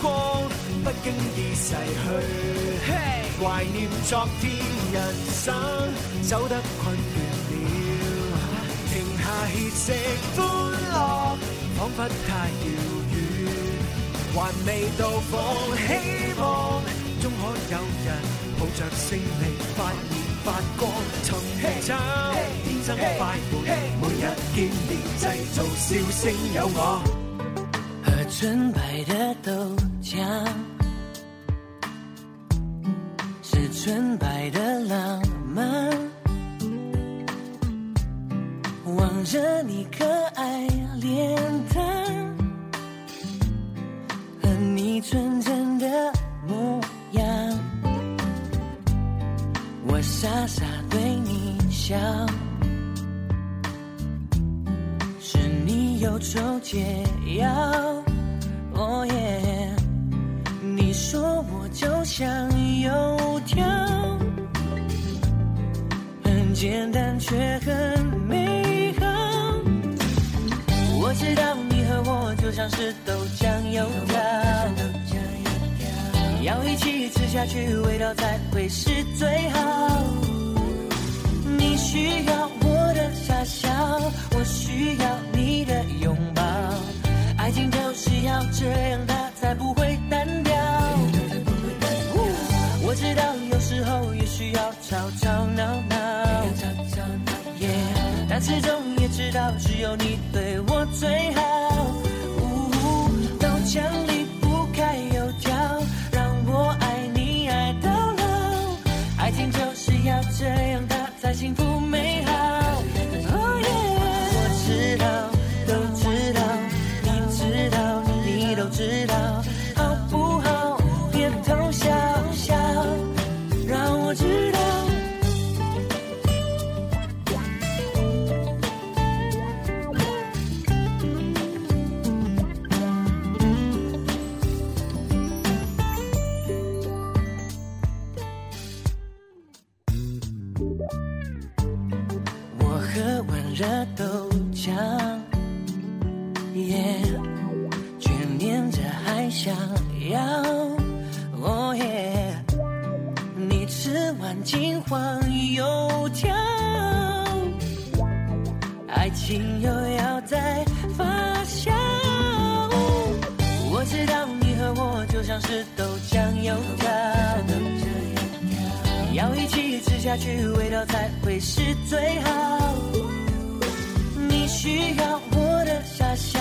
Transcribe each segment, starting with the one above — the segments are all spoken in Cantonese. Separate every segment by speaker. Speaker 1: 光不經意逝去，懷念昨天人生走得困倦了，停下歇息歡樂，彷彿太遙遠，還未到訪希望，終可有日抱着勝利發現發光，尋找天生快活，每日見面製造笑聲有我。
Speaker 2: 和纯白的豆漿，是纯白的浪漫。望着你可爱脸蛋，和你纯真的模样，我傻傻对你笑，是你忧愁解药。哦耶，你说我就像油条，很简单却很美好。我知道你和我就像是豆浆油条，要一起吃下去，味道才会是最好。你需要我的傻笑，我需要你的拥抱。爱情就是要这样，它才不会单调。我知道有时候也需要吵吵闹闹，yeah, 但始终也知道只有你对我最好。呜豆浆离不开油条，让我爱你爱到老。爱情就是要这样，它才幸福美好。哦耶！我知道，都知道，你知道，你都知道，好不好？别偷笑笑，让我知道。我喝完热豆浆，耶、却念着还想要，哦耶，你吃完金黄油条，爱情又要再发酵。我知道你和我就像是豆浆油条。要一起吃下去，味道才会是最好。你需要我的傻笑，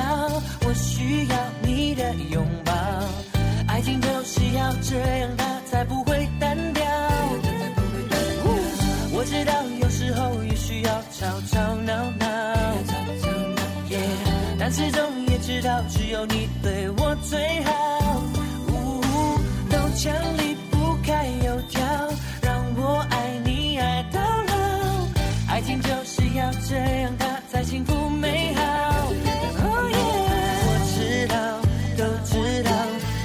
Speaker 2: 我需要你的拥抱。爱情就是要这样，它才不会单调。我知道有时候也需要吵吵闹闹，yeah, 但始终也知道只有你对我最好。呜豆浆离不开油条，让我爱你爱到老。爱情就是要这样，它才幸福美好。哦耶！我知道，都知道，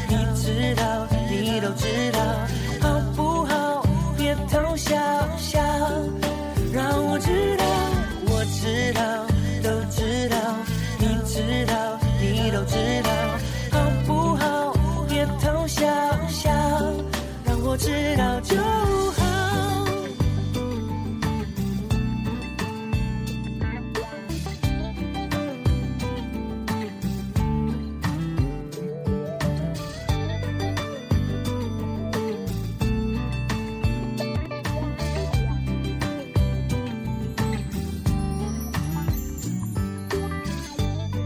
Speaker 2: 你知道，你都知道，好不好？别偷笑笑，让我知道，我知道，都知道，你知道，你都知道，好不好？别偷笑笑，让我知道就好。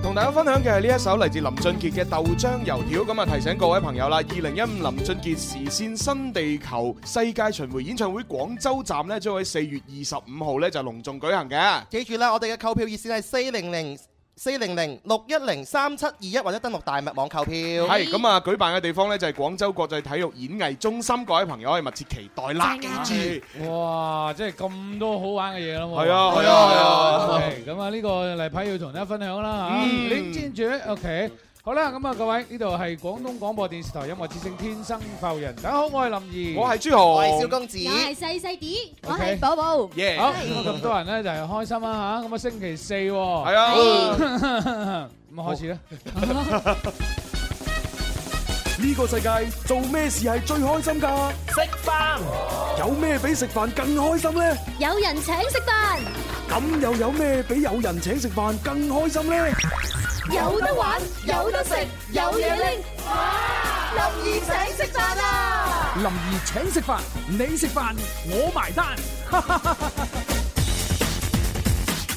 Speaker 3: 同大家分享嘅係呢一首嚟自林俊傑嘅《豆漿油條》，咁啊提醒各位朋友啦，二零一五林俊傑時線新地球世界巡迴演唱會廣州站呢，將會喺四月二十五號呢就隆重舉行嘅。
Speaker 4: 記住啦，我哋嘅購票熱線係四零零四零零六一零三七二一，或者登錄大麥網購票。
Speaker 3: 係 咁啊！舉辦嘅地方呢，就係廣州國際體育演藝中心，各位朋友可以密切期待啦。記住，
Speaker 5: 哇！即係咁多好玩嘅嘢啦喎。
Speaker 3: 係啊係啊係啊
Speaker 5: OK，咁啊呢個例牌要同大家分享啦嚇。
Speaker 3: 嗯
Speaker 5: 領先住 OK。好啦，咁啊各位，呢度係廣東廣播電視台音樂之聲《天生浮人》，大家好，我係林怡，
Speaker 3: 我係朱
Speaker 4: 我係
Speaker 3: 紅
Speaker 4: 小。公子，
Speaker 6: 又係細細啲，我
Speaker 5: OK
Speaker 6: 係寶寶。
Speaker 3: 耶，
Speaker 5: 好咁啊咁多人咧就係開心啦嚇，咁啊星期四喎。
Speaker 3: 係
Speaker 5: 咁啊
Speaker 3: 啊。
Speaker 5: 開始啦。
Speaker 1: 呢
Speaker 7: 呢個世界做咩事係最開心㗎？食飯有咩比食飯更開心呢？
Speaker 1: 有人請食飯，
Speaker 7: 咁又有咩比有人請食飯更開心呢？
Speaker 1: 有得玩，有得食，有嘢拎。哇！林怡請食飯啊！
Speaker 8: 林兒請食飯，你食飯我埋 單。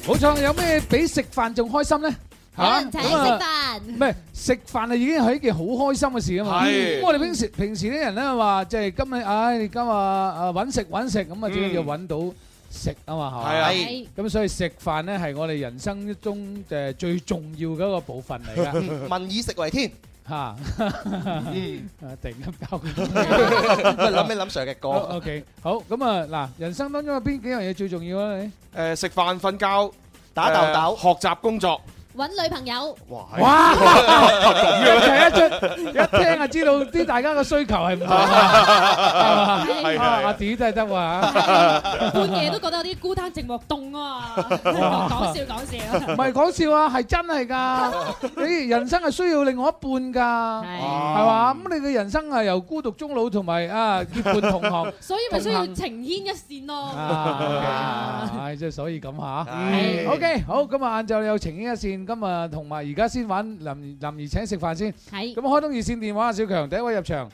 Speaker 5: 冇錯，有咩比食飯仲開心咧？
Speaker 1: 有人請食
Speaker 5: 咁啊
Speaker 1: 飯，
Speaker 5: 唔係食飯啊，已經係一件好開心嘅事啊嘛。
Speaker 3: 係
Speaker 5: 咁我哋平時平時啲人咧話，即係今日唉，你今日啊揾食揾食，咁啊最緊要揾到食啊嘛，係嘛
Speaker 3: 係啊
Speaker 1: 係
Speaker 5: 咁所以食飯咧係我哋人生中誒最重要嘅一個部分嚟㗎。
Speaker 4: 民以食為天，
Speaker 5: 嚇！啊突然間搞
Speaker 4: 喂諗起林 Sir 嘅歌，
Speaker 5: O K，好咁啊嗱，人生當中有邊幾樣嘢最重要啊？你
Speaker 3: 誒食飯、瞓覺、
Speaker 4: 打豆
Speaker 3: 誒
Speaker 4: 豆，
Speaker 3: 學習、工作。
Speaker 1: 揾女朋友，
Speaker 5: 哇！一聽一聽就知道啲大家嘅需求係唔同啊。
Speaker 1: 係
Speaker 5: 啊阿 D 真係得喎嚇
Speaker 6: 半夜都覺得有啲孤單寂寞凍啊！ 講笑講笑
Speaker 5: 唔，係講笑啊，係真 係㗎。你人生係需要另外一半㗎，係
Speaker 6: 係，
Speaker 5: 嘛？咁你嘅人生係由孤獨終老同埋 啊結伴同行
Speaker 6: 所以咪需要情牽一線咯。
Speaker 5: 啊， 係即係所以咁嚇。
Speaker 4: 係
Speaker 5: OK，好咁啊，晏晝有情牽一線，今日同埋而家先玩林林兒請食飯先。
Speaker 6: 係
Speaker 5: 咁開通熱線電話，小強第一位入場。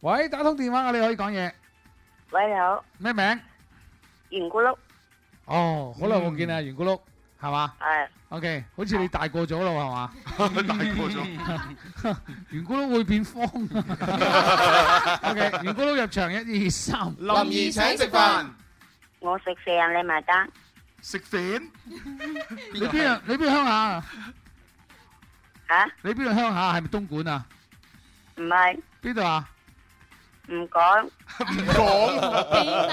Speaker 5: 喂，打通電話，我哋可以講嘢。
Speaker 9: 喂，你好，
Speaker 5: 咩名？
Speaker 9: 圓咕碌，
Speaker 5: 哦，好耐冇見啊，圓咕碌，係嘛
Speaker 9: 係
Speaker 5: ？OK，好似你大個咗咯，係嘛？
Speaker 3: 大個 咗。
Speaker 5: 圓咕碌會變方。OK，圓咕碌入場，一二三。
Speaker 3: 林怡請食飯，
Speaker 9: 我食飯你埋單，
Speaker 3: 食飯
Speaker 5: 你邊啊？你邊鄉下啊？
Speaker 9: 吓
Speaker 5: 你邊度鄉下？係咪東莞啊？
Speaker 9: 唔係
Speaker 5: 邊度啊？
Speaker 9: 唔講，
Speaker 3: 講
Speaker 6: 秘密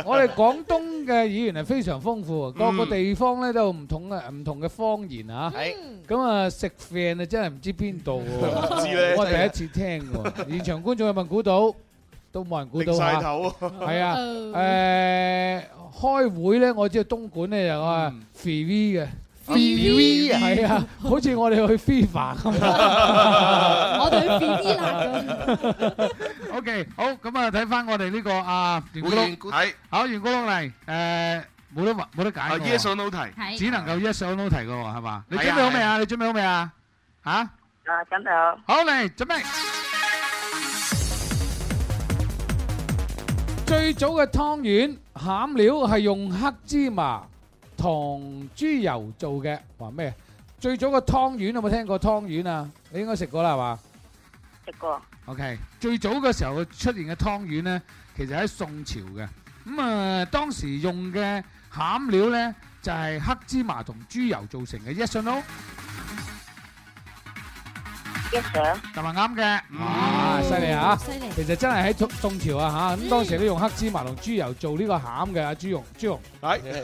Speaker 5: 我哋廣東嘅語言係非常豐
Speaker 3: 嗯
Speaker 5: 富，各個地方咧都有唔同嘅唔同嘅方言啊。
Speaker 3: 嗯哎
Speaker 4: 係
Speaker 5: 咁啊，食飯啊真係唔知邊度喎。
Speaker 3: 知咧，
Speaker 5: 我第一次聽喎， 現場觀眾有冇人估到？都冇人估到
Speaker 3: 擰晒哦
Speaker 5: 嚇，
Speaker 3: 頭。
Speaker 5: 係 啊，誒、
Speaker 6: 誒
Speaker 5: 開會咧，我知道東莞咧有啊
Speaker 3: 嗯
Speaker 5: FV 嘅。
Speaker 3: E
Speaker 4: Free 啊
Speaker 5: 係 啊，好似我哋去 FIFA 咁。
Speaker 6: 我哋去 B B 啦
Speaker 5: O K，好咁啊，睇翻我哋呢個啊圓咕碌，
Speaker 3: 係
Speaker 5: 好圓咕碌嚟，誒冇得冇得
Speaker 3: 啊
Speaker 5: 解
Speaker 3: ，yes or no 題，
Speaker 6: 咁，
Speaker 5: 只能夠 yes or no 提嘅喎，係嘛？你
Speaker 3: 係啊
Speaker 5: 準備好未啊？你準備好未啊？嚇，
Speaker 10: Ờ,
Speaker 9: 啊咁就
Speaker 5: 好嚟，準備。最早嘅湯圓餡料係用黑芝麻、糖、豬油做嘅，話咩？最早嘅湯圓有冇聽過湯圓啊？你應該食過啦，係嘛？
Speaker 9: 食過，
Speaker 5: OK，最早嘅時候出現嘅湯圓呢，其實喺宋朝嘅。咁啊、呃，當時用嘅餡料呢，就係、黑芝麻同豬油做成嘅。Yes or no？
Speaker 9: 一上
Speaker 5: 答埋啱嘅。哇，犀利啊！
Speaker 6: 犀利，
Speaker 5: 其實真係喺宋宋朝啊嚇，咁當時都用黑芝麻同豬油做呢個餡嘅。阿朱紅，朱紅
Speaker 3: 係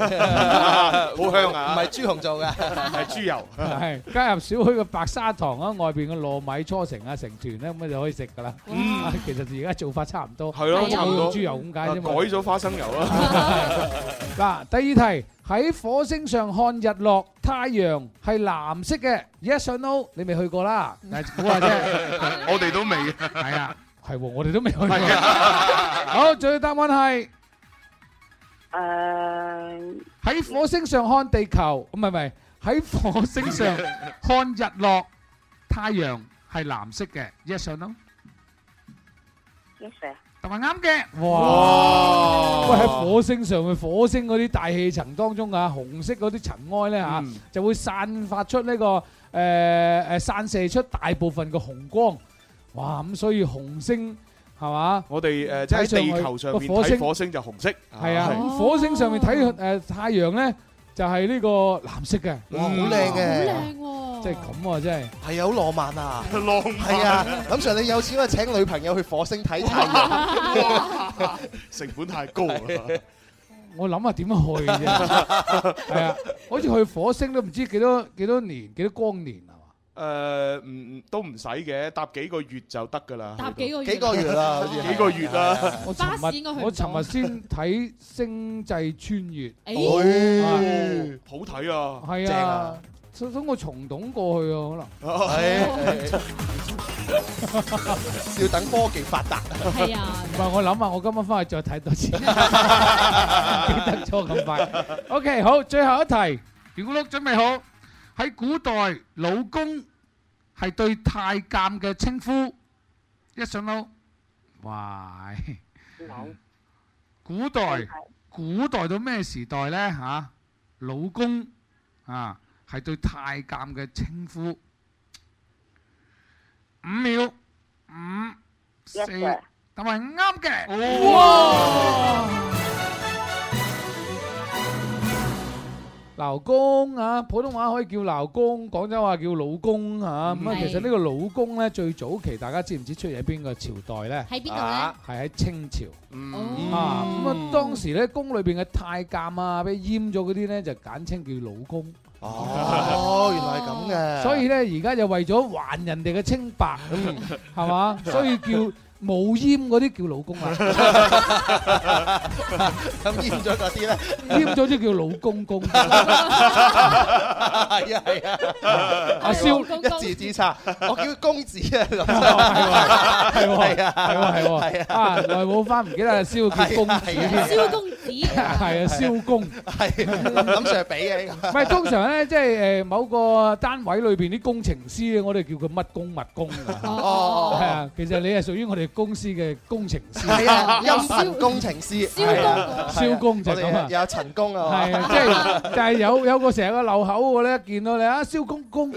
Speaker 3: 好香
Speaker 4: 唔
Speaker 3: 啊，
Speaker 4: 係朱紅做嘅，
Speaker 3: 係豬油。
Speaker 5: 係加入少許嘅白砂糖啊，外邊嘅糯米搓成啊成團咧，咁啊就可以食噶啦。
Speaker 3: 嗯，
Speaker 5: 其實而家做法差唔多，
Speaker 3: 係咯，
Speaker 6: 係啊
Speaker 3: 差唔
Speaker 5: 用
Speaker 3: 多
Speaker 5: 豬。油咁解
Speaker 3: 啊
Speaker 5: 啫嘛
Speaker 3: 改。咗花生油
Speaker 5: 嗱，
Speaker 3: 啦，
Speaker 5: 第二題喺火星上看日落，太陽係藍色嘅，yes or no？你未去過啦，但係估下 啫。
Speaker 1: à?
Speaker 3: 我哋都未。
Speaker 5: 係啊，係喎，我哋都未去過。好，最答案係
Speaker 9: 誒
Speaker 5: 喺火星上看地球，唔係唔係喺火星上看日落，太陽係藍色嘅，yes or no？
Speaker 9: 一上
Speaker 5: 答案啱嘅，
Speaker 3: 哇
Speaker 5: 喂，喺火星上去，火星嗰啲大氣層當中啊，紅色嗰啲塵埃咧嚇，
Speaker 3: 嗯
Speaker 5: 就會散發出呢、個誒誒、呃散射出大部分嘅紅光。哇！咁所以紅星係嘛？
Speaker 3: 我哋誒即係喺地球上面
Speaker 5: 個火星
Speaker 3: 睇火星就紅色，
Speaker 5: 係啊，
Speaker 3: 係
Speaker 5: 咁火星上面睇誒太陽咧，就係、呢個藍色嘅，
Speaker 4: 哇，好靚
Speaker 6: 嗯好
Speaker 4: 嘅，
Speaker 6: 靚喎，
Speaker 5: 即係咁喎，真係。
Speaker 4: 係啊，好浪漫啊！
Speaker 3: 浪
Speaker 4: 係啊，林 Sir 你有錢可以請女朋友去火星睇太陽，
Speaker 3: 漫，成本太高啊啦。
Speaker 5: 我諗下點樣去嘅 啫，係啊，好似去火星都唔知幾多幾多年幾多光年係嘛？
Speaker 3: 誒唔唔呃嗯都唔使嘅，搭幾個月就得㗎啦。
Speaker 6: 搭幾個月，
Speaker 4: 幾個月啦，好似係
Speaker 3: 幾個月啦
Speaker 4: 係啊
Speaker 5: 我
Speaker 6: 巴士應該
Speaker 5: 尋
Speaker 6: 去
Speaker 5: 日
Speaker 6: 唔
Speaker 5: 我
Speaker 6: 到
Speaker 5: 尋日先睇星際穿越。
Speaker 6: 誒，
Speaker 5: 哎
Speaker 3: 好睇啊！
Speaker 5: 係
Speaker 4: 正啊
Speaker 5: 啊，通通過蟲洞過去啊，可能。
Speaker 4: 係啊係啊要等科技發達。
Speaker 6: 係啊
Speaker 5: 唔係我諗下，我今晚翻去再 睇多次，記得咗咁快。
Speaker 1: OK，好，最後一題，圓咕碌準備好。喺古代，老公係對太監嘅稱呼。一上樓，哇！ 古代，古代到咩時代呢？嚇、老公啊，係對太監嘅稱呼。五秒，五四
Speaker 2: Yes, sir.，
Speaker 1: 同埋啱嘅。
Speaker 5: 老公啊，普通話可以叫老公，廣州話叫老公啊。咁啊，
Speaker 6: 係
Speaker 5: 其實呢個老公咧，最早期大家知唔知出現喺邊個朝代咧？
Speaker 6: 喺邊度咧
Speaker 5: 啊係喺清朝。啊，咁啊，當時咧宮裏邊嘅太監啊，俾閹咗嗰啲咧，就簡稱叫老公。
Speaker 4: 哦，原來係咁嘅。
Speaker 5: 所以咧，而家就為咗還人哋嘅清白， 係嘛？所以叫冇閹嗰啲叫老公 啊。
Speaker 4: 咁閹咗嗰啲咧，
Speaker 5: 閹咗啲叫老公公。
Speaker 4: 係啊係啊，
Speaker 5: 阿蕭
Speaker 4: 一字之差，我叫公子啊，咁
Speaker 5: 係喎，
Speaker 4: 係啊
Speaker 5: 係喎，係
Speaker 4: 係
Speaker 5: 喎，
Speaker 4: 啊
Speaker 5: 啊，耐冇翻，唔記 得阿蕭叫公子添，
Speaker 6: 蕭公子
Speaker 5: 係啊，蕭公，
Speaker 4: 係林 Sir 俾嘅呢
Speaker 5: 唔係通常咧，即係誒某個單位裏邊啲工程師咧，我哋叫佢乜工乜工㗎，
Speaker 4: 哦
Speaker 5: 係啊，其實你係屬於我哋公司嘅工程師，
Speaker 4: 個，係 啊，音頻工程師，
Speaker 5: 蕭
Speaker 4: 係啊
Speaker 5: 公蕭公就係咁啊
Speaker 4: 我哋有陳工 啊，
Speaker 5: 係啊，即係但係有有個成個漏口嘅咧，見到你啊，蕭公公，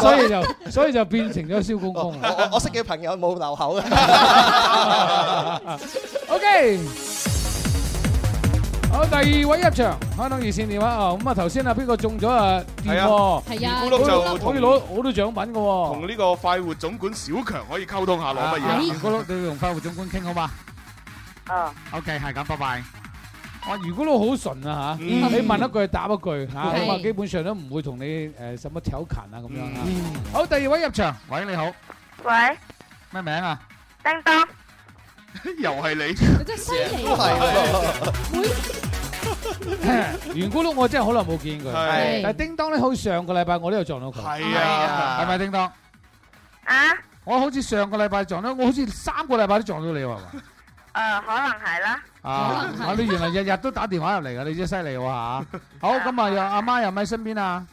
Speaker 5: 所以就所以就變成咗蕭公公啦。
Speaker 4: 我我識嘅朋友冇留 口嘅。
Speaker 5: OK，好，第二位入場，開通熱線電話啊！咁啊，頭先啊，邊個中咗啊？
Speaker 3: 係啊
Speaker 5: 喎，
Speaker 3: 係啊圓咕碌就同
Speaker 5: 可以攞好多獎品嘅喎。
Speaker 3: 同呢個快活總管小強可以溝通下攞乜
Speaker 1: 啊
Speaker 3: 嘢
Speaker 1: 圓？咕碌，你同快活總管傾好嘛？OK，係咁，拜拜。
Speaker 5: 哇，如果佬好純啊嚇，
Speaker 1: 嗯
Speaker 5: 你問一句答一句嚇，
Speaker 1: 係
Speaker 5: 咁啊基本上都唔會同你誒什麼挑勤啊咁樣啊。
Speaker 1: 好，第二位入場，喂，你好，
Speaker 10: 喂，
Speaker 1: 咩名啊？
Speaker 10: 叮當，
Speaker 3: 又係你，
Speaker 10: 你
Speaker 1: Dạ.
Speaker 10: 真係犀利
Speaker 3: 都係喎
Speaker 5: 圓咕碌我真係好耐冇見佢，
Speaker 3: 係
Speaker 5: 但係叮當咧，好似上個禮拜我都有撞到佢，
Speaker 3: 係啊
Speaker 5: 係咪叮當？
Speaker 10: 啊，
Speaker 1: 我好似上個禮拜撞到，我好似三個禮拜都撞到你喎，係嘛？
Speaker 10: 誒，可能係啦，
Speaker 1: 啊！啊你原來日日都打電話入嚟㗎，你真係犀利喎嚇！好，咁啊，又阿媽又唔喺身邊啊？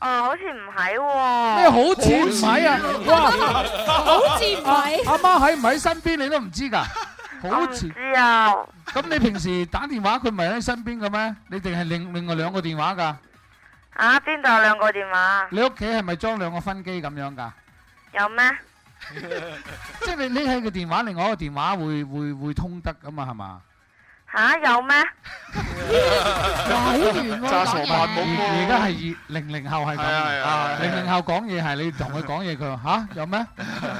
Speaker 10: 哦，好似唔係喎，
Speaker 1: 咩好似唔喺啊？哇！
Speaker 10: 好似唔係
Speaker 1: 啊阿媽喺唔喺身邊你都唔知㗎？好
Speaker 10: 我
Speaker 1: 似
Speaker 10: 唔知啊！
Speaker 1: 咁你平時打電話佢唔係喺身邊嘅咩？你定係另另外兩個電話㗎？
Speaker 10: 啊，邊度有兩個電話？
Speaker 1: 你屋企係咪裝兩個分機咁樣㗎？
Speaker 10: 有咩？
Speaker 1: 即係你匿喺個電話，另外一個電話會會會通得㗎嘛？係嘛？
Speaker 10: 吓有咩？
Speaker 1: 而而家係二零零後係咁，
Speaker 3: 係啊係啊係啊
Speaker 1: 零零後講嘢 係你同佢講嘢，佢話吓有咩？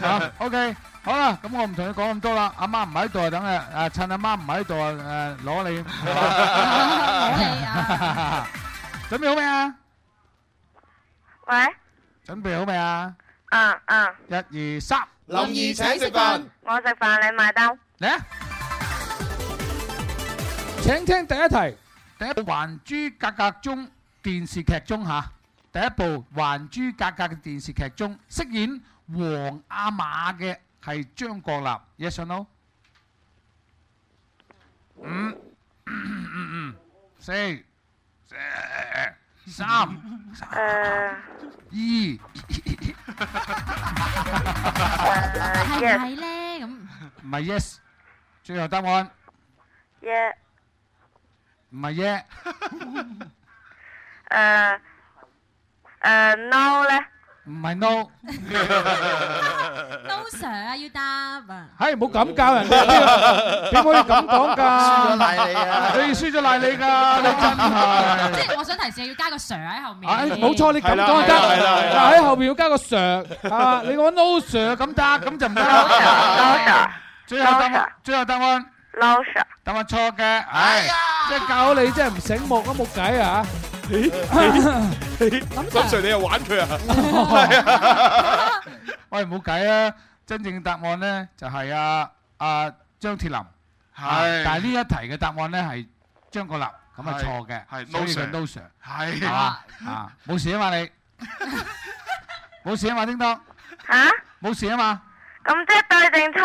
Speaker 1: 嚇 OK，好啦，咁我唔同你講咁多啦。阿媽唔喺度啊，等誒誒趁阿媽唔喺度啊誒攞你。準備好未啊？
Speaker 10: 喂，
Speaker 1: 準備好未啊？
Speaker 10: 嗯嗯，
Speaker 1: 一二三，
Speaker 4: 林怡請食飯，
Speaker 10: 我食飯你埋單。
Speaker 1: 嚟啊！
Speaker 5: 請聽第一題，
Speaker 1: 第一部《還珠格格》中電視劇中嚇，第一部《還珠格格》嘅電視劇中飾演黃阿瑪嘅係張國立，yes or no？五、Ừ. 嗯嗯四、四三、Ờ.
Speaker 10: 二。
Speaker 1: 係
Speaker 10: 咪
Speaker 1: 咧？咁唔係 yes，最後答案
Speaker 10: 耶，
Speaker 1: 唔係 yes。
Speaker 10: 誒誒 no 咧，
Speaker 1: 唔係 no，
Speaker 11: 都 Sir 啊，要答啊！
Speaker 5: 係唔好咁教人哋，呢個點可以咁講㗎？
Speaker 1: 輸咗賴你啊
Speaker 5: 你輸咗賴你㗎，你真係。
Speaker 11: 即係我想提示你要加個 Sir 喺後面。
Speaker 5: 啊
Speaker 1: Ừ.
Speaker 5: 冇錯，你咁
Speaker 1: 係啦
Speaker 5: 講得，
Speaker 1: 係啦係啦
Speaker 5: 嗱喺後邊要加個 Sir 啊，你講 No Sir 咁得，咁就唔得啦。
Speaker 1: 最後答案，最後答案
Speaker 10: ，no sir，
Speaker 1: 答案錯嘅，唉，
Speaker 5: 即係教你真係唔醒目啊，冇計啊。
Speaker 3: 林 Sir 你又玩佢啊？
Speaker 1: 喂，冇計啊，真正答案咧就係啊啊張鐵林，
Speaker 3: 係
Speaker 1: 但係呢一題嘅答案咧係張國立，咁啊
Speaker 3: 係
Speaker 1: 錯嘅，
Speaker 3: 係
Speaker 1: 所
Speaker 3: no
Speaker 1: 以佢
Speaker 3: sir
Speaker 1: no sir，
Speaker 3: 係
Speaker 1: 係嘛啊，冇事啊嘛你，冇事啊嘛叮當，
Speaker 10: 嚇，
Speaker 1: 冇事啊嘛。
Speaker 10: 咁即係對定錯啊？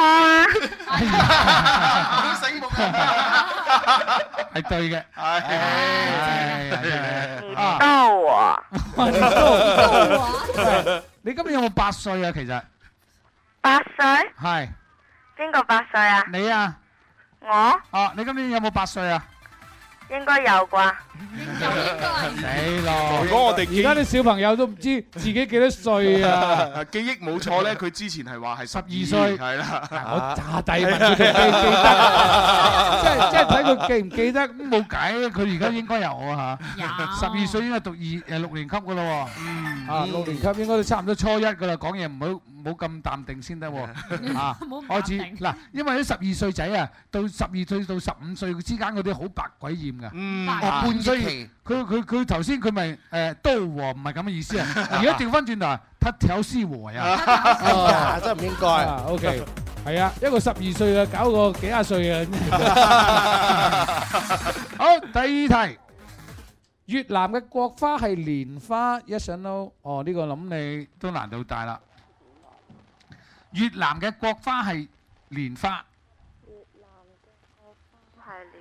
Speaker 1: 係對 嘅。係
Speaker 10: 啊到 我
Speaker 1: 啊！你今年有冇八歲啊？其實
Speaker 10: 八歲？
Speaker 1: 係
Speaker 10: 邊個八歲啊？
Speaker 1: 你啊？
Speaker 10: 我
Speaker 1: 啊！你今年有冇八 歲啊？
Speaker 10: 應該有啩？
Speaker 1: 死咯！
Speaker 3: 如果我哋
Speaker 5: 而家啲小朋友都唔知自己幾多歲啊！
Speaker 3: 啊！記憶冇錯咧，佢之前係話係十二
Speaker 5: 歲
Speaker 3: 係啦。
Speaker 7: 啊
Speaker 5: 我 炸低問 佢記唔記得，即係即係睇佢記唔記得。
Speaker 1: 咁冇計，佢而家應該有啊嚇。十二歲應該讀二誒六年級噶咯喎。
Speaker 3: 嗯
Speaker 1: 啊，六年級應該都差唔多初一噶啦，講嘢唔好唔好咁淡定先得 喎。啊，
Speaker 5: 唔好咁
Speaker 1: 開始嗱，因為啲十二歲仔啊，到十二歲到十五歲之間嗰啲好百鬼厭噶。
Speaker 3: 嗯
Speaker 1: 哦
Speaker 3: 百
Speaker 1: 半
Speaker 3: 厭
Speaker 1: 歲
Speaker 3: 期，
Speaker 1: 佢佢佢頭先佢咪誒刀和唔係咁嘅意思啊。而家調翻轉頭啊， 匹條絲和 呀。
Speaker 4: 呀真係唔應該
Speaker 5: 啊 OK，係啊，一個十二歲啊，搞個幾 廿歲啊。
Speaker 1: 好，第二題。
Speaker 5: 越南嘅國花係蓮花，yes or no？
Speaker 1: 哦，呢、個諗你都難度大啦。越南嘅國花係蓮花，
Speaker 10: 係年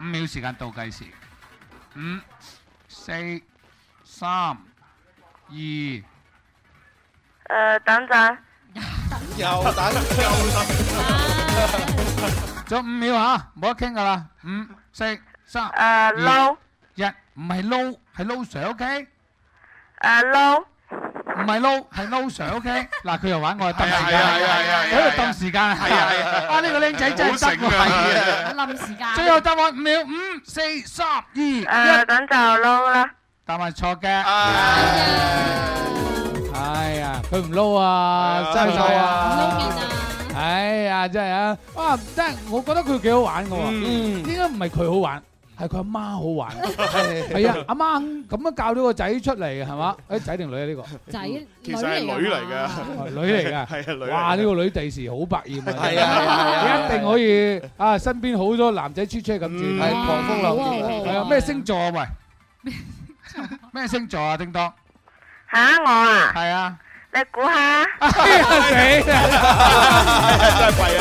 Speaker 1: 五秒時間倒計時，五、四、三、二，
Speaker 10: 誒，等陣。
Speaker 4: 又等又等。
Speaker 1: 仲有五秒嚇，冇得傾噶啦，五、四、三、
Speaker 10: 誒撈
Speaker 1: 一，唔係撈，係撈上 OK。
Speaker 10: 誒撈。
Speaker 1: 唔係撈，係撈上 OK。嗱，佢又玩我係揼時
Speaker 3: 係
Speaker 1: 間，
Speaker 3: 啊
Speaker 1: 喺
Speaker 3: 係啊係啊係啊
Speaker 1: 度揼時間。
Speaker 3: 係啊係啊
Speaker 1: 啊呢個靚仔真係得
Speaker 3: 好醒啊
Speaker 1: 喎。
Speaker 11: 冧時間。
Speaker 1: 最後答案五秒，五、四、三、二、一。
Speaker 10: 誒，等就撈啦。
Speaker 1: 答案係錯嘅。
Speaker 5: 哎呀，佢唔撈
Speaker 1: À,
Speaker 5: 啊，真係啊，
Speaker 6: 唔撈面啊！
Speaker 5: 哎呀，真係啊，哇，真係，我覺得佢幾好玩嘅喎，
Speaker 1: 嗯
Speaker 5: 應該唔係佢好玩，係佢阿媽好玩，係啊，阿媽肯咁樣教咗個仔出嚟係嘛？誒，仔定女啊呢個？
Speaker 6: 仔
Speaker 3: 其實係女
Speaker 1: à
Speaker 3: 嚟㗎
Speaker 5: 哦 女嚟㗎，
Speaker 3: 係啊女嚟㗎
Speaker 5: 哇！呢個女第時好百厭啊，
Speaker 3: 係啊係啊係啊
Speaker 5: 一定可以啊！身邊好多男仔出出咁轉，
Speaker 1: 係狂風
Speaker 5: 流
Speaker 1: 浪嘅係啊咩星座啊？喂，咩星座啊？叮當
Speaker 10: 嚇我啊？
Speaker 1: 係啊。
Speaker 10: 你估下？
Speaker 5: 死
Speaker 3: 啊！ 真係弊啊！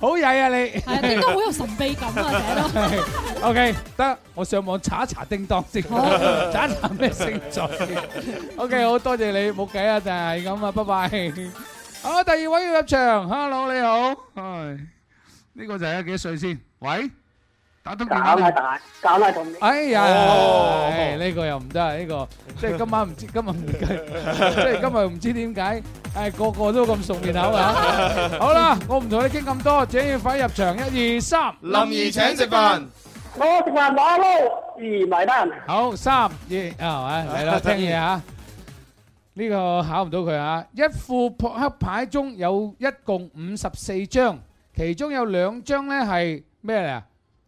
Speaker 5: 好曳啊你！
Speaker 6: 係啊，點解好有神秘感 啊？成日都
Speaker 5: O K，得，我上網查一查叮當先， 查一查咩星座先。O K，好多謝你，冇計啊，就係咁啊，拜 拜。好，第二位要入場，Hello，你好。
Speaker 1: 唉，呢個就係幾多歲先？喂，打通電話
Speaker 12: 搞
Speaker 1: 你
Speaker 12: 啦大，搞啦同你。
Speaker 5: 哎呀，
Speaker 1: 哦
Speaker 5: 唉呢個又唔得，啊呢個即係今晚唔知，今日唔計，即係今日唔知點解，唉個個都咁熟面口啊。好啦，我唔同你傾咁多，請要快入場，一二三，
Speaker 3: 林兒請食飯。
Speaker 12: 我食飯打撈，二埋單。
Speaker 5: 好，三二啊，係咪嚟啦，聽嘢啊！呢個考唔到佢啊！一副撲克牌中有一共五十四張，其中有兩張咧係咩嚟啊？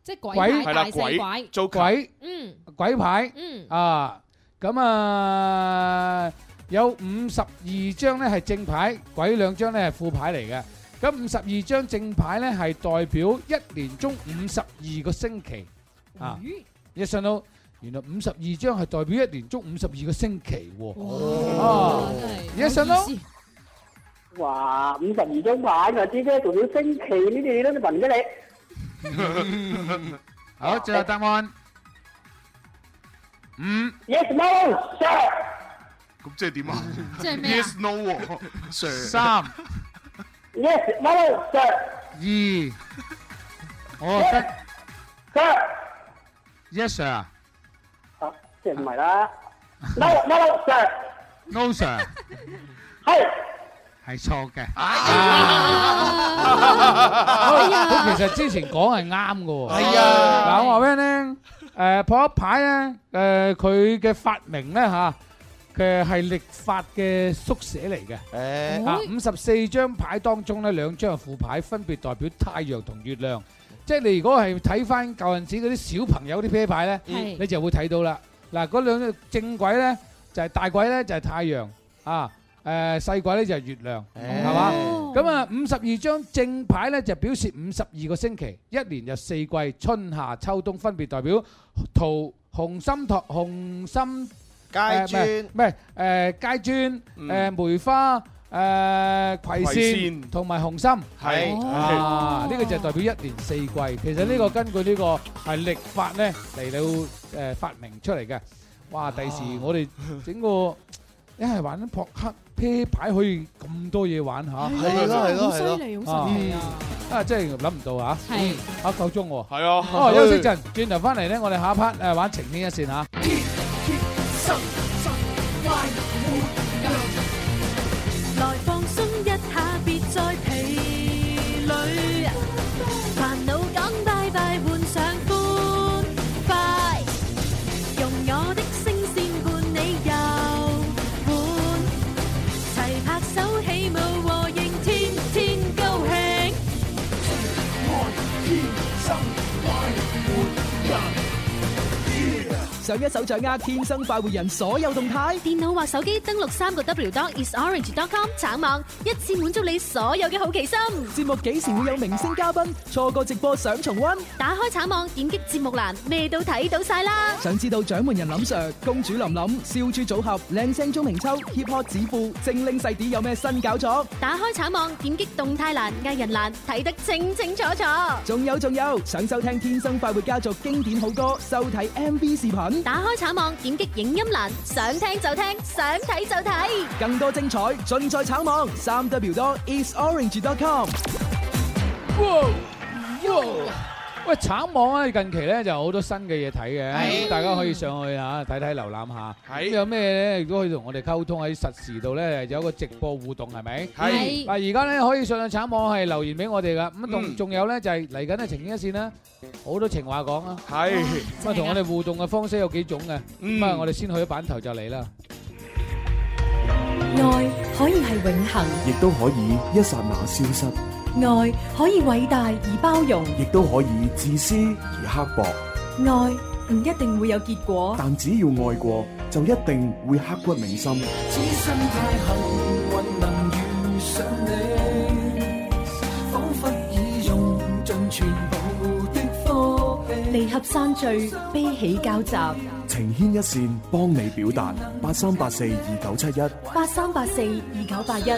Speaker 6: 即係鬼牌大細鬼，
Speaker 5: 做鬼，
Speaker 6: 嗯，
Speaker 5: 鬼牌，
Speaker 6: 嗯
Speaker 5: 啊，咁啊有五十二張咧係正牌，鬼兩張咧係副牌嚟嘅。咁五十二張正牌咧係代表一年中五十二個星期
Speaker 1: À.
Speaker 5: 啊。一上到原來五十二張係代表一年中五十二個星期 喎。啊，一上到
Speaker 12: 哇，五十二張牌就知啫，仲要星期呢啲都問啫
Speaker 1: 好，最後答案五。
Speaker 12: 你。Yes no sir，
Speaker 3: 咁即係點啊？
Speaker 12: 即係咩啊
Speaker 3: Yes no 喎，Sir。
Speaker 1: 三。
Speaker 12: Yes no sir，
Speaker 1: 二，我得 Oh, yes sir 啊
Speaker 12: 啊，即係唔係啦？No no sir，
Speaker 1: ，no sir
Speaker 12: 係
Speaker 1: 係錯嘅。
Speaker 5: 佢其實之前講係啱嘅喎。係啊，嗱我話俾你聽，誒撲克牌咧，誒佢嘅發明咧嚇，佢係歷法嘅縮寫嚟嘅。啊，五十四張牌當中咧，兩張係副牌，分別代表太陽同月亮。即係你如果係睇翻舊陣時嗰啲小朋友啲啤牌咧，
Speaker 1: 係
Speaker 5: 你就會睇到啦。嗱，嗰兩隻正鬼咧就係大鬼咧就係太陽啊，誒細鬼咧就係月亮，係嘛？咁啊，五十二張正牌咧就表示五十二個星期，一年有四季，春夏秋冬分別代表桃、紅心糖、紅心
Speaker 4: 階磚。
Speaker 5: 誒，唔係-唔係，誒，階磚，誒，梅花，誒，葵扇，
Speaker 4: 葵扇。
Speaker 5: 同埋紅心。
Speaker 4: 係。
Speaker 5: 啊，呢個就代表一年四季。其實呢個根據呢個係歷法呢，嚟到，誒，發明出嚟嘅。哇，第時我哋整個-
Speaker 4: 哎
Speaker 5: 一係玩撲克，啤牌可以咁多嘢玩嚇。
Speaker 4: 係咯，係咯，啊好犀利，係咯。好神奇啊。
Speaker 5: 嗯。啊，真係諗唔到啊。
Speaker 4: 係。
Speaker 5: 啊，夠鐘喎。
Speaker 3: 係啊。
Speaker 5: 哦，休息陣，轉頭返嚟呢，我哋下一part，誒，玩情牽一線嚇。
Speaker 13: 来放松一下，别再疲累。烦恼讲拜拜，换上欢快。用我的声线伴你游玩，齐拍手起舞和应，天天高兴。
Speaker 14: 想一手掌握天生快活人所有動態，
Speaker 13: 電腦或手機登錄三個 W dot isorange.com 橙網，一次滿足你所有嘅好奇心。
Speaker 14: 節目幾時會有明星嘉賓？錯過直播想重温，
Speaker 13: 打開橙網，點擊節目欄，咩都睇到晒啦。
Speaker 14: 想知道掌門人林 Sir、公主琳琳、笑豬組合、靚聲鐘明秋、hip hop 指父、精靈細啲有咩新搞作？
Speaker 13: 打開橙網，點擊動態欄、藝人欄，睇得清清楚楚。
Speaker 14: 仲有仲有，想收聽《天生快活家族》經典好歌，收睇 MV 視頻，
Speaker 13: 打開橙網，點擊影音欄，想聽就聽，想睇就睇。
Speaker 14: 更多精彩盡在橙網三 W 多 isorange.com。
Speaker 5: 喂，橙網咧近期咧就有好多新嘅嘢睇嘅，咁大家可以上去嚇睇睇瀏覽下。咁有咩咧，亦都可以同我哋溝通喺實時度咧有一個直播互動係咪？
Speaker 3: 係
Speaker 5: 嗱，而家咧可以上去橙網係留言俾我哋噶。咁
Speaker 3: 嗯
Speaker 5: 同仲有咧就係嚟緊咧情牽一線啦，好多情話講啊。
Speaker 3: 係
Speaker 5: 咁啊，同我哋互動嘅方式有幾種嘅。咁啊，我哋先去版頭就嚟啦。
Speaker 15: 愛可以係永恒，
Speaker 7: 亦都可以一剎那消失，
Speaker 15: 愛可以偉大而包容，
Speaker 7: 亦都可以自私而刻薄，
Speaker 15: 愛唔一定會有結果。
Speaker 7: 但只要愛過，就一定會刻骨銘心。
Speaker 16: 此生太幸運能遇上你，彷彿已用盡全部的福氣。
Speaker 15: 離合散聚，悲喜交集。
Speaker 7: 情牽一線，幫你表達。八三八四二九七一。
Speaker 15: 八三八四二九八一，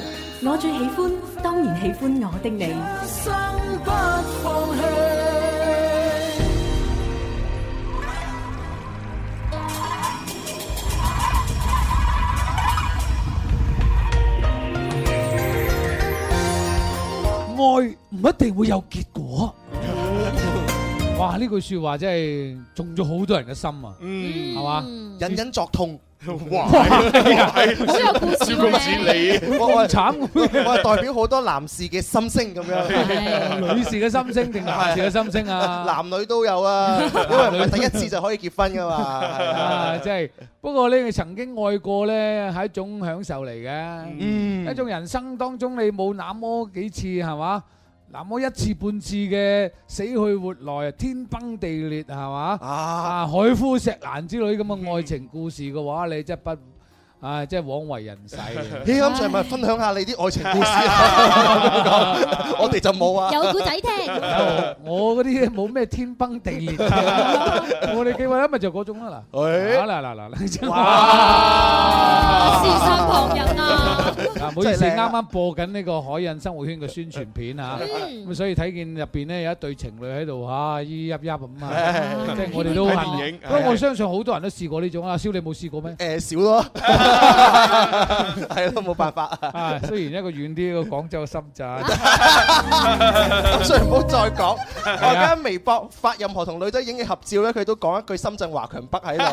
Speaker 15: 我最喜歡，當然喜歡我的你。
Speaker 16: 心不放棄。
Speaker 5: 愛唔一定會有結 果。哇！呢句説話真係中咗好多人嘅心啊，
Speaker 4: 嗯
Speaker 5: 係嘛？
Speaker 4: 隱隱作痛。哇
Speaker 5: 係好有故事喎
Speaker 4: 笑公
Speaker 5: 你
Speaker 4: 子你，
Speaker 5: 會咁慘
Speaker 4: 我係代 表好多男士嘅心聲咁樣，
Speaker 5: 女士嘅心聲定男士嘅心聲啊？
Speaker 4: 男女都 有啊，因為唔係第一次就可以結婚噶
Speaker 5: 啊，
Speaker 4: 嘛。
Speaker 5: 真係。不過咧，你曾經愛過咧，係一種享受嚟嘅，一種人生當中你冇那麼幾次係嘛？那麼一次半次嘅死去活來、天崩地裂係嘛？啊，海枯石爛之類咁嘅愛情故事嘅話，你真係不啊，真係枉為人 世。
Speaker 4: 咦，咁上咪分享下你啲愛情故事啊？我哋就冇啊，
Speaker 6: 有故仔聽
Speaker 5: 有我嗰啲冇咩天崩地裂嘅，我哋幾位咧咪就嗰種啦嗱，嗱嗱嗱嗱，哇！
Speaker 6: 時尚狂人啊！
Speaker 5: 嗱，唔好意思，啱啱播緊呢個海印生活圈嘅宣傳片啊，
Speaker 6: 嗯
Speaker 5: 咁所以睇見入邊咧有一對情侶喺度嚇，依入入咁啊，
Speaker 4: 係
Speaker 5: 即係我哋都
Speaker 4: 睇
Speaker 5: 係
Speaker 4: 電影
Speaker 5: 不過
Speaker 4: 係
Speaker 5: 我相信好多人都試過呢種啊，蕭你冇試過咩？
Speaker 4: 誒少咯，係咯，冇辦法
Speaker 5: 啊，雖然一個遠啲嘅廣州、深圳，
Speaker 4: 所以唔好再講。我而家微博發任何同女仔影嘅合照咧，佢都講一句深圳華強北喺 度。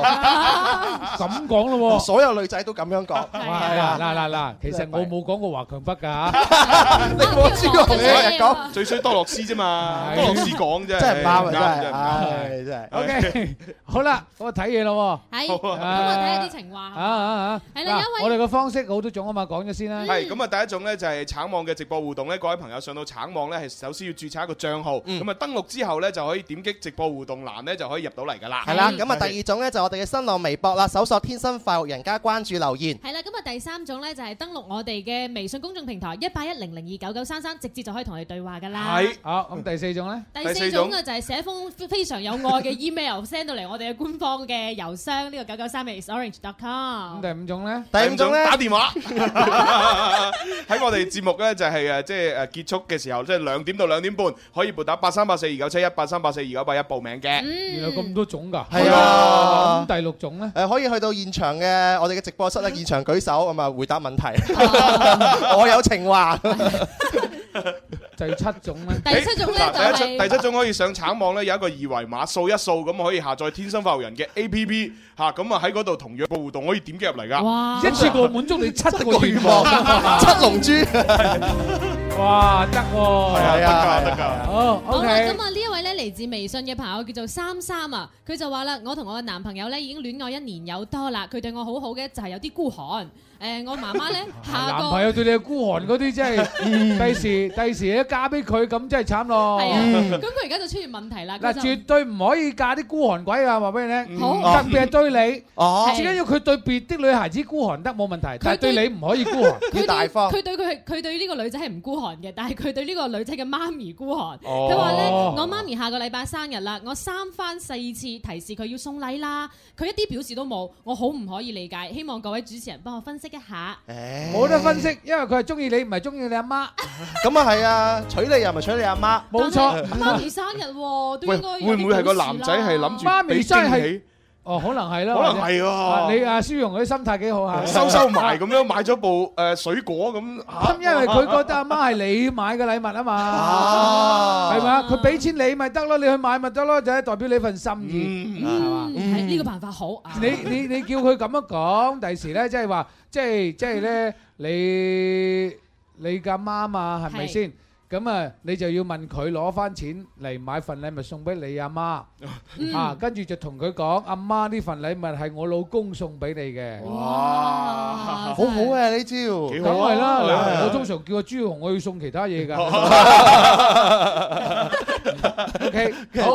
Speaker 5: 咁講咯喎
Speaker 4: 所有女仔都咁樣講。
Speaker 5: 哇！嗱嗱嗱嗱，其實我冇講過華強北㗎嚇。
Speaker 4: 你冇知道我哋講。
Speaker 3: 最衰多樂斯啫嘛，
Speaker 5: 係
Speaker 3: 多樂斯講啫，
Speaker 4: 真係唔啱啊真係
Speaker 3: 啱
Speaker 4: 唉真係
Speaker 5: OK，好 啦，我睇嘢咯喎。
Speaker 6: 係好啊咁我睇下啲情話
Speaker 5: 啊啊啊！
Speaker 6: 係
Speaker 5: 嗱
Speaker 6: 啦因為
Speaker 5: 我哋嘅方式好多種啊嘛，講咗先啦。
Speaker 3: 係咁啊！第一種咧就係橙網嘅直播互動咧，各位朋友上到橙網咧係首先要註冊一個帳號，咁啊登錄之後咧就可以點擊直播互動欄咧就可以入到嚟㗎啦。
Speaker 4: 係啦，咁啊第二種咧就我哋嘅新浪微博啦，搜索天生快活人家關注留言。
Speaker 6: 係啦，咁啊第三種咧就係登錄我哋哋嘅微信公眾平台一八一零零二九九三三，直接就可以同我哋對話㗎啦。
Speaker 5: 係。好，咁第四種呢？
Speaker 6: 第四種啊，就係寫封非常有愛嘅 email send 到嚟我哋嘅官方嘅郵箱呢個九九三
Speaker 5: 嗯咁
Speaker 6: isorange.com。
Speaker 5: 第五種呢？
Speaker 3: 打電話喺我哋節目咧就係誒即係誒結束嘅時候，即係兩點到兩點半可以撥打八三八四二九七一八三八四二九八一報名嘅。
Speaker 5: 原來咁多種㗎？
Speaker 4: 係啊，
Speaker 5: 咁第六種咧，
Speaker 4: 誒可以去到現場嘅我哋嘅直播室咧，現場舉手咁啊回答 問題。 我有情話，
Speaker 5: 第七種 咧，
Speaker 6: 第七種咧
Speaker 3: 嗱
Speaker 6: 就
Speaker 3: 第
Speaker 6: 係
Speaker 3: 一種第七種可以上橙網咧有一個二維碼掃一掃咁可以下載天生發育人嘅 A P P 嚇，咁啊喺嗰度同樣個互動可以點擊入嚟㗎。
Speaker 5: 一次過滿足你七個願
Speaker 3: 望
Speaker 5: 望，
Speaker 4: 七龍珠，
Speaker 5: 哇，得喎，
Speaker 3: 係啊得㗎得
Speaker 5: 㗎，好
Speaker 6: 好啦，
Speaker 5: ，OK，
Speaker 6: 咁啊呢一位咧嚟自微信嘅朋友叫做三三啊，佢就話啦：我同我嘅男朋友咧已經戀愛一年有多啦，佢對我好好嘅就係有啲孤寒。誒，我媽媽咧下
Speaker 5: 男
Speaker 6: 個
Speaker 5: 朋友對你嘅孤寒嗰啲真係，第時第時一嫁俾佢咁真係慘咯。
Speaker 6: 係啊，咁佢而家就出現問題啦。佢
Speaker 5: 嗱，
Speaker 6: 就
Speaker 5: 絕對唔可以嫁啲孤寒鬼啊！話俾你聽，
Speaker 6: 好
Speaker 5: 特別係對你。
Speaker 4: 哦
Speaker 5: 最緊要佢對別的女孩子孤寒得冇問題，但係對你唔可以孤寒。
Speaker 6: 佢對佢對佢佢對呢個女仔係唔孤寒嘅，但係佢對呢個女仔嘅媽咪孤寒。
Speaker 5: 哦
Speaker 6: 佢話咧：我媽咪下個禮拜生日啦，我三番四次提示佢要送禮啦，佢一啲表示都冇，我好唔可以理解。希望各位主持人幫我分析一下。
Speaker 5: 冇得分析，因為佢係中意你，唔係中意你阿媽。
Speaker 4: 咁啊係啊，娶你又咪娶你阿媽，
Speaker 5: 冇錯。
Speaker 6: 媽咪生日喎，都
Speaker 3: 喂，
Speaker 6: 應該有
Speaker 3: 會唔會係個
Speaker 6: 啲
Speaker 3: 男仔係諗住
Speaker 5: 媽咪
Speaker 3: 俾
Speaker 5: 真
Speaker 3: 驚
Speaker 5: 係
Speaker 3: 喜，
Speaker 5: 哦，可能係啦，
Speaker 3: 可能係喎
Speaker 5: 啊你阿舒容嗰啲心態幾好啊，
Speaker 3: 收收埋咁樣買咗部誒水果咁？
Speaker 5: 咁因為佢覺得阿媽係你買嘅禮物啊嘛，係嘛？佢俾錢你咪得咯，你去買咪得咯，就係代表你份心意，係嘛？
Speaker 6: 嗯係呢個辦法好啊！
Speaker 5: 你你你叫佢咁樣講，第時咧即係話，即係即係咧，你你嘅媽嘛係咪先？咁啊，你就要問佢攞翻錢嚟買份禮物送俾你阿媽
Speaker 6: 嗯
Speaker 5: 啊，跟住就同佢講，阿媽呢份禮物係我老公送俾你嘅。
Speaker 3: 哇！
Speaker 4: 好好啊呢招，幾
Speaker 5: 梗係啦，嗱我通常叫阿朱紅，我要送其他嘢㗎。OK，好，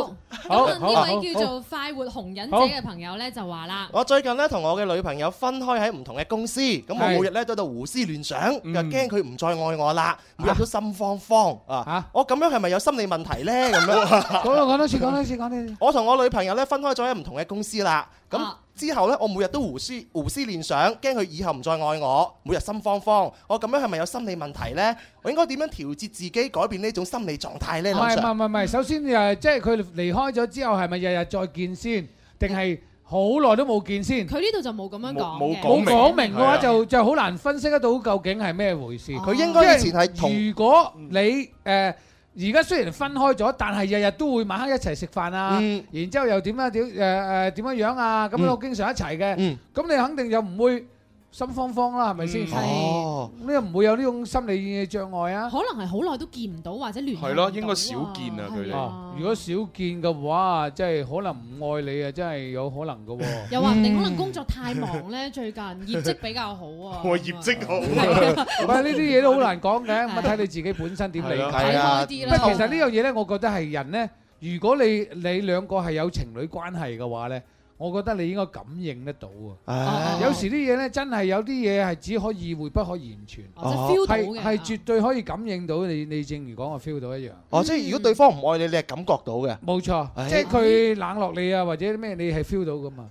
Speaker 5: 好，
Speaker 6: 咁
Speaker 4: 好
Speaker 6: 啊呢位叫做快活紅忍者嘅朋友咧就話啦。
Speaker 4: 我最近咧同我嘅女朋友分開喺唔同嘅公司，咁我每日咧都喺度胡思亂想，
Speaker 5: 嗯
Speaker 4: 又驚佢唔再愛我啦，每日都心慌慌啊！我咁樣係咪有心理問題呢？咁樣
Speaker 5: 講啦，講多次，講多次，講多次。
Speaker 4: 我同我女朋友咧分開咗喺唔同嘅公司啦，咁之後咧我每日都胡思胡思亂想，驚佢以後唔再愛我，每日心慌慌。我咁樣係咪有心理問題呢？我應該點樣調節自己，改變呢種心理狀態呢？
Speaker 5: 唔
Speaker 4: 林
Speaker 5: 係
Speaker 4: Sir
Speaker 5: 唔係唔係唔
Speaker 6: Ừ.
Speaker 5: 係，首先誒，即係佢離開咗之後，係咪日日再見先，定係好耐都冇見先？
Speaker 6: 佢呢度就冇咁樣講
Speaker 5: 冇
Speaker 6: 嘅
Speaker 5: 講明嘅
Speaker 6: 係
Speaker 5: 話，
Speaker 6: 啊
Speaker 5: 就就好難分析得到究竟係咩回事。
Speaker 4: 佢應該以前係同
Speaker 5: 如果你誒而家雖然分開咗，但係日日都會晚黑一齊食飯啊，然之後又點啊點誒誒點樣樣啊，咁都經常一齊嘅，咁你肯定就唔會心慌慌啦，係咪先？
Speaker 4: 哦，
Speaker 5: 你又唔會有呢種心理障礙啊？
Speaker 6: 可能係好耐都見唔到或者聯繫
Speaker 3: 係咯，應該少見啊佢哋。
Speaker 5: 如果少見嘅話，即係可能唔愛你啊，真係有可能嘅喎。
Speaker 6: 又話唔定可能工作太忙咧，最近業績比較好 啊。
Speaker 5: 我業績好，唔係呢啲嘢都好難講嘅，咁啊睇你自己本身點理解
Speaker 4: 係啊睇開啲
Speaker 5: 不
Speaker 4: 啦
Speaker 5: 過其實呢樣嘢咧，我覺得係人咧，如果你你兩個係有情侶關係嘅話咧，我覺得你應該感應得到 啊
Speaker 4: 唉。
Speaker 5: 有時啲嘢咧，真係有啲嘢係只可意會不可言傳，
Speaker 4: 哦即係 feel 到
Speaker 5: 係
Speaker 4: 嘅
Speaker 5: 係絕對可以感應到你你正如講我 feel 到一樣。
Speaker 4: 哦，即係如果對方唔愛你，你係感覺到嘅。
Speaker 5: 冇錯
Speaker 4: 唉
Speaker 5: 即係佢冷落你啊，或者咩，你係 feel 到噶嘛？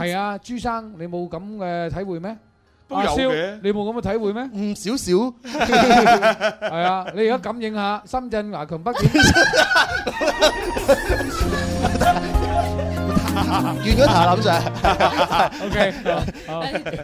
Speaker 5: 係啊，朱生，你冇咁嘅體會咩？
Speaker 4: 都有嘅
Speaker 5: 阿蕭你冇咁嘅體會咩？
Speaker 4: 嗯，少少。
Speaker 5: 係啊，你而家感應下深圳華強北點？
Speaker 4: 完咗頭林 Sir。
Speaker 5: OK，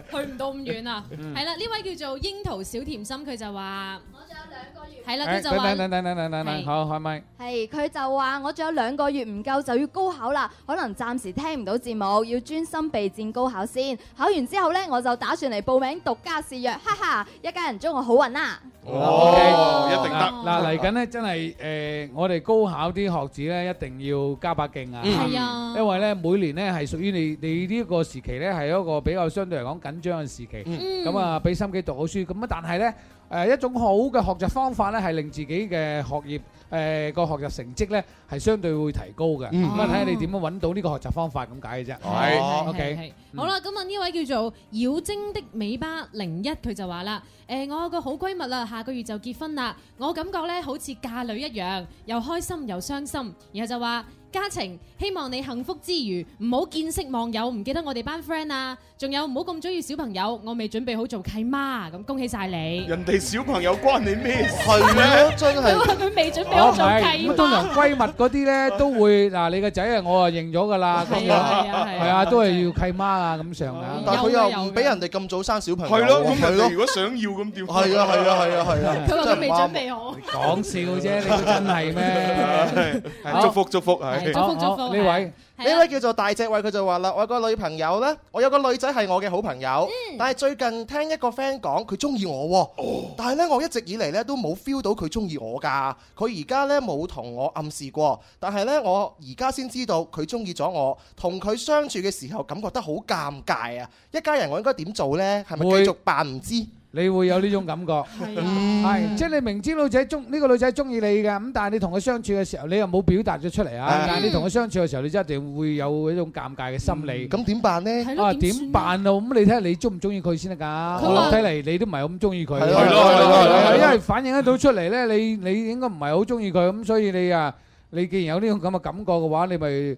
Speaker 6: 去唔到咁遠啊。
Speaker 5: 嗯
Speaker 6: 係啦，呢位叫做櫻桃小甜心，佢就話：我仲有兩個月。係啦，佢就
Speaker 5: 等
Speaker 6: 話
Speaker 5: 等。等等等等等等，好開咪。
Speaker 17: 係，佢就話：我仲有兩個月唔夠就要高考啦，可能暫時聽唔到節目，要專心備戰高考先。考完之後呢，我就打算嚟報名讀家試約，哈哈！一家人祝我好運啦！啊
Speaker 5: Vâng, OK？
Speaker 3: 一定得。
Speaker 5: 嗱，嚟緊咧真係誒，我哋高考啲學子咧一定要加把勁啊！
Speaker 3: 嗯係啊
Speaker 5: 因為咧每年咧係屬於你你呢個時期咧係一個比較相對嚟講緊張嘅時期，
Speaker 3: 嗯
Speaker 5: 咁啊俾心機讀好書。咁啊，但係咧誒一種好嘅學習方法咧係令自己嘅學業誒個學習成績咧係相對會提高嘅。
Speaker 3: 嗯
Speaker 5: 咁啊睇下你點樣揾到呢個學習方法咁解嘅啫。
Speaker 3: 係
Speaker 5: 哦
Speaker 6: 係係
Speaker 5: ，OK
Speaker 6: 係。好啦，咁啊呢位叫做妖精的尾巴零一，佢就話啦：誒，我有個好閨蜜啦，下個月就結婚啦。我感覺咧好似嫁女一樣，又開心又傷心。然後就話家晴，希望你幸福之餘，唔好見識忘友，唔記得我哋班 friend 啊。仲有唔好咁中意小朋友，我未準備好做契媽，咁恭喜晒你。
Speaker 3: 人哋小朋友關你咩事？
Speaker 4: 係咩真係
Speaker 6: 佢話佢未準備
Speaker 5: 哦，
Speaker 6: 好
Speaker 5: 唔
Speaker 6: 做
Speaker 5: 係，
Speaker 6: 契
Speaker 5: 咁
Speaker 6: 媽。
Speaker 5: 通常閨蜜嗰啲咧 都會嗱，你個仔啊，我啊認咗噶啦，咁樣
Speaker 4: 係啊係啊係啊
Speaker 5: 係啊，都係要契媽啊咁上噶。
Speaker 4: 但係佢又唔俾人哋咁早生小
Speaker 5: 哦
Speaker 4: 朋友喎。
Speaker 3: 啊係咯，咁
Speaker 4: 係
Speaker 3: 人哋如果想要咁點？
Speaker 4: 係啊係啊係啊係啊
Speaker 6: 佢話佢未準備好。
Speaker 5: 講笑啫，你都真係咩？
Speaker 3: 係祝福祝福係。啊
Speaker 4: 好好
Speaker 5: 呢位
Speaker 4: 呢位叫做大隻偉，佢就話啦：我有個女朋友呢，我有個女仔係我嘅好朋友，
Speaker 3: 嗯
Speaker 4: 但係最近聽一個 friend 講佢中意我喎，但係呢，我一直以嚟呢都冇 feel 到佢中意我㗎，佢而家呢冇同我暗示過，但係呢，我而家先知道佢中意咗我，同佢相處嘅時候感覺得好尷尬啊！一家人我應該點做呢？係咪繼續扮唔知？
Speaker 5: 你會有呢種感覺，係即係你明知女仔中呢個女仔中意你嘅，咁但係你同佢相處嘅時候，你又冇表達咗出嚟啊
Speaker 4: 嗯！
Speaker 5: 但係你同佢相處嘅時候，你真係一定會有一種尷尬嘅心理。
Speaker 4: 咁點辦呢？
Speaker 6: 係
Speaker 4: 咯
Speaker 5: 啊，
Speaker 4: 點
Speaker 5: 點辦啊？咁你睇下你中唔中意佢先得㗎。
Speaker 4: 佢
Speaker 5: 我
Speaker 4: 話
Speaker 5: 睇嚟你都唔係咁中意佢。
Speaker 4: 係咯係咯係咯係咯係咯
Speaker 5: 因為反映得到出嚟咧，你你應該唔係好中意佢，咁所以你啊，你既然有呢種咁嘅感覺嘅話，你咪誒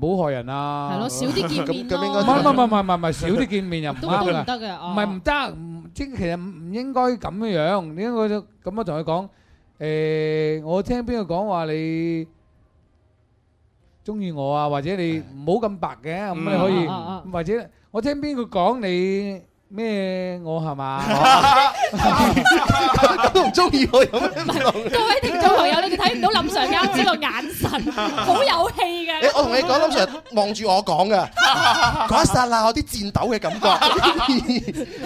Speaker 5: 唔好害人啊。
Speaker 6: 係咯少啲見面咁咁應該
Speaker 5: 唔係唔係唔係唔係唔係少啲見面又唔
Speaker 6: 都
Speaker 5: 啊啱
Speaker 6: 都
Speaker 5: 㗎
Speaker 6: 唔得嘅
Speaker 5: 唔
Speaker 6: 哦
Speaker 5: 係唔得，唔即係其實唔唔應該咁樣，你應該咁樣同佢講。誒，我聽邊個講話你中意我啊，或者你唔好咁白嘅，咁
Speaker 3: 嗯
Speaker 5: 你可
Speaker 3: 啊啊
Speaker 5: 以，或者我聽邊個講你咩我係嘛？
Speaker 4: 都唔中意我有咩
Speaker 6: 各位聽眾朋友，你哋睇唔到林 Sir 啱先個眼神，好有氣嘅。
Speaker 4: 誒我同你講，林 Sir 望住我講㗎，嗰一剎那我啲戰鬥嘅感覺，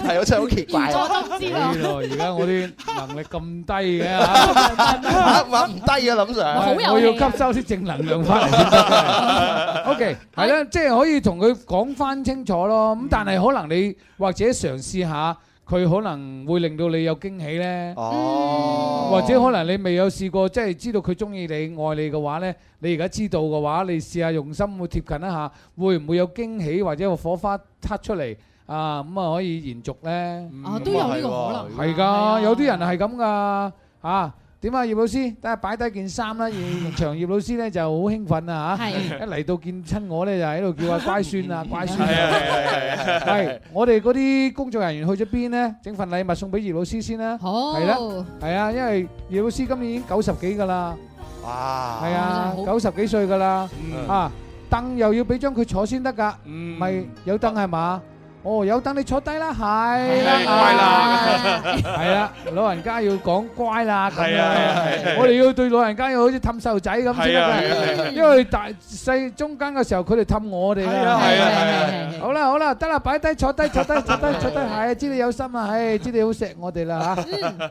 Speaker 4: 係我真係好奇怪。啊
Speaker 6: 啊
Speaker 5: 死咯而家我啲能力咁低嘅 嚇
Speaker 4: 嚇話唔低啊，林 Sir。
Speaker 5: 我我要吸收啲正能量翻嚟先 得。OK，係啦，即係可以同佢講翻清楚咯。咁但係可能你或者嘗試下，佢可能會令到你有驚喜咧。
Speaker 4: 哦，
Speaker 5: 或者可能你未有試過，即係知道佢中意你、愛你嘅話咧，你而家知道嘅話，你試下用心去貼近一下，會唔會有驚喜或者個火花擦出嚟啊？咁啊可以延續咧。
Speaker 6: 哦都有呢個可能
Speaker 5: 係㗎，有啲人係咁㗎嚇。點啊，葉老師，等下擺低件衫啦。現場葉老師咧就好興奮啊嚇，
Speaker 3: 係
Speaker 5: 一嚟到見親我咧就喺度叫啊乖孫 啊乖孫啊。
Speaker 3: 係啊係啊係啊
Speaker 5: 係我哋嗰啲工作人員去咗邊咧？整份禮物送俾葉老師先啦。
Speaker 6: 好
Speaker 5: 係啦，係啊，因為葉老師今年已經九十幾噶啦，
Speaker 4: 哇
Speaker 5: 係啊，九十幾歲噶啦，啊凳又要俾張佢坐先得㗎，咪有凳係嘛？哦，有凳你坐低啦，係啦，
Speaker 3: 乖啦
Speaker 5: 係啦，老人家要講乖啦，咁
Speaker 3: 係啊係啊係啊
Speaker 5: 樣，我哋要對老人家要好似氹細路仔咁先
Speaker 3: 係啊係啊係
Speaker 5: 得
Speaker 3: 啊
Speaker 5: 㗎，因為大細中間嘅時候佢哋氹我哋㗎，
Speaker 3: 係啊係啊係啊係啊
Speaker 5: 好啦好啦，得啦，擺低坐低坐低坐低坐低，係知你有心啊，唉，知你好錫我哋啦嚇，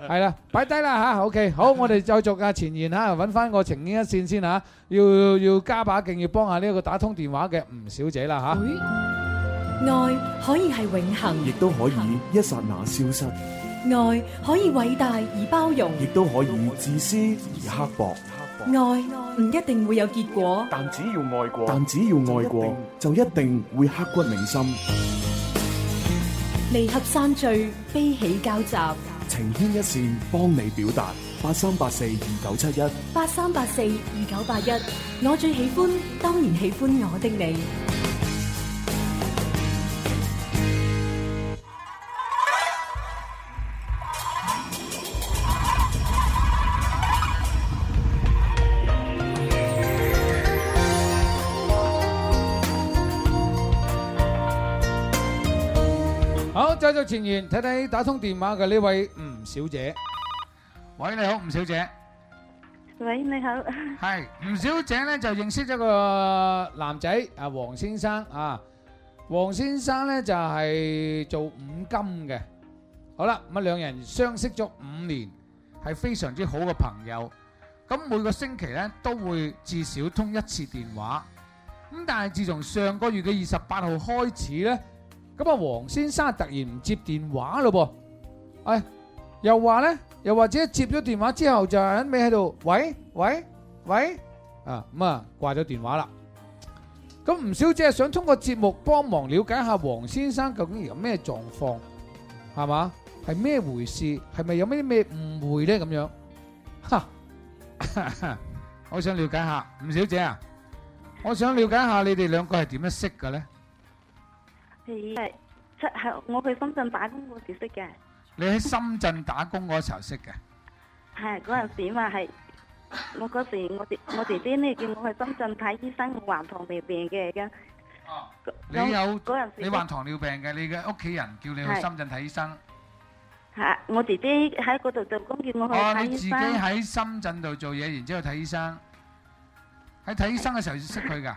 Speaker 5: 係啦，擺低啦嚇，OK，好，我哋再續下前言嚇，揾翻個情牽一線先嚇，要要加把勁，要幫下呢一個打通電話嘅吳小姐啦嚇。
Speaker 15: 愛可以係永恒，
Speaker 7: 亦都可以一剎那消失，
Speaker 15: 愛可以偉大而包容，
Speaker 7: 亦都可以自私而刻薄。
Speaker 15: 愛唔一定會有結果。
Speaker 7: 但只要愛過，但只要愛過，就一定會刻骨銘心。
Speaker 15: 離合散聚，悲喜交集。
Speaker 7: 情牽一線，幫你表達。八三八四二九七一。
Speaker 15: 八三八四二九八一，我最喜歡，當然喜歡我的你。
Speaker 5: 好，再續前言，睇睇打通電話嘅呢位吳小姐。喂，你好，吳小姐。
Speaker 10: 喂，你好。
Speaker 5: 係吳小姐咧就認識咗個男仔啊，黃先生啊。黃先生咧就係做五金嘅好啦，咁啊兩人相識咗五年，係非常之好嘅朋友。咁每個星期咧都會至少通一次電話。咁但係自從上個月嘅二十八號開始咧，咁啊黃先生突然唔接電話咯噃。哎，又話 咧，又或者接咗電話之後就喺尾喺度，喂喂喂，啊咁啊掛咗電話啦。咁吳小姐想通過節目幫忙了解下黃先生究竟有咩狀況，係嘛？係咩回事？係咪有咩咩誤會呢？咁樣，哈，我想了解下吳小姐啊，我想了解下你哋兩個係點樣識嘅呢？
Speaker 10: 係即係我去深圳打工嗰時識嘅，
Speaker 5: 你喺深圳打工嗰時候識嘅，
Speaker 10: 係嗰陣時嘛係。我嗰時我姐我姐姐呢叫我去深圳睇醫生，我患糖尿病嘅咁。
Speaker 5: 你有
Speaker 10: 嗰陣時
Speaker 5: 你患糖尿病嘅，你嘅屋企人叫你去
Speaker 10: 係
Speaker 5: 深圳睇醫生，
Speaker 10: 係我姐姐喺嗰度做工，叫我去
Speaker 5: 哦，
Speaker 10: 睇
Speaker 5: 你
Speaker 10: 醫
Speaker 5: 自己
Speaker 10: 生。
Speaker 5: 喺深圳度做嘢，然之後睇醫生，喺睇醫生嘅時候識佢㗎。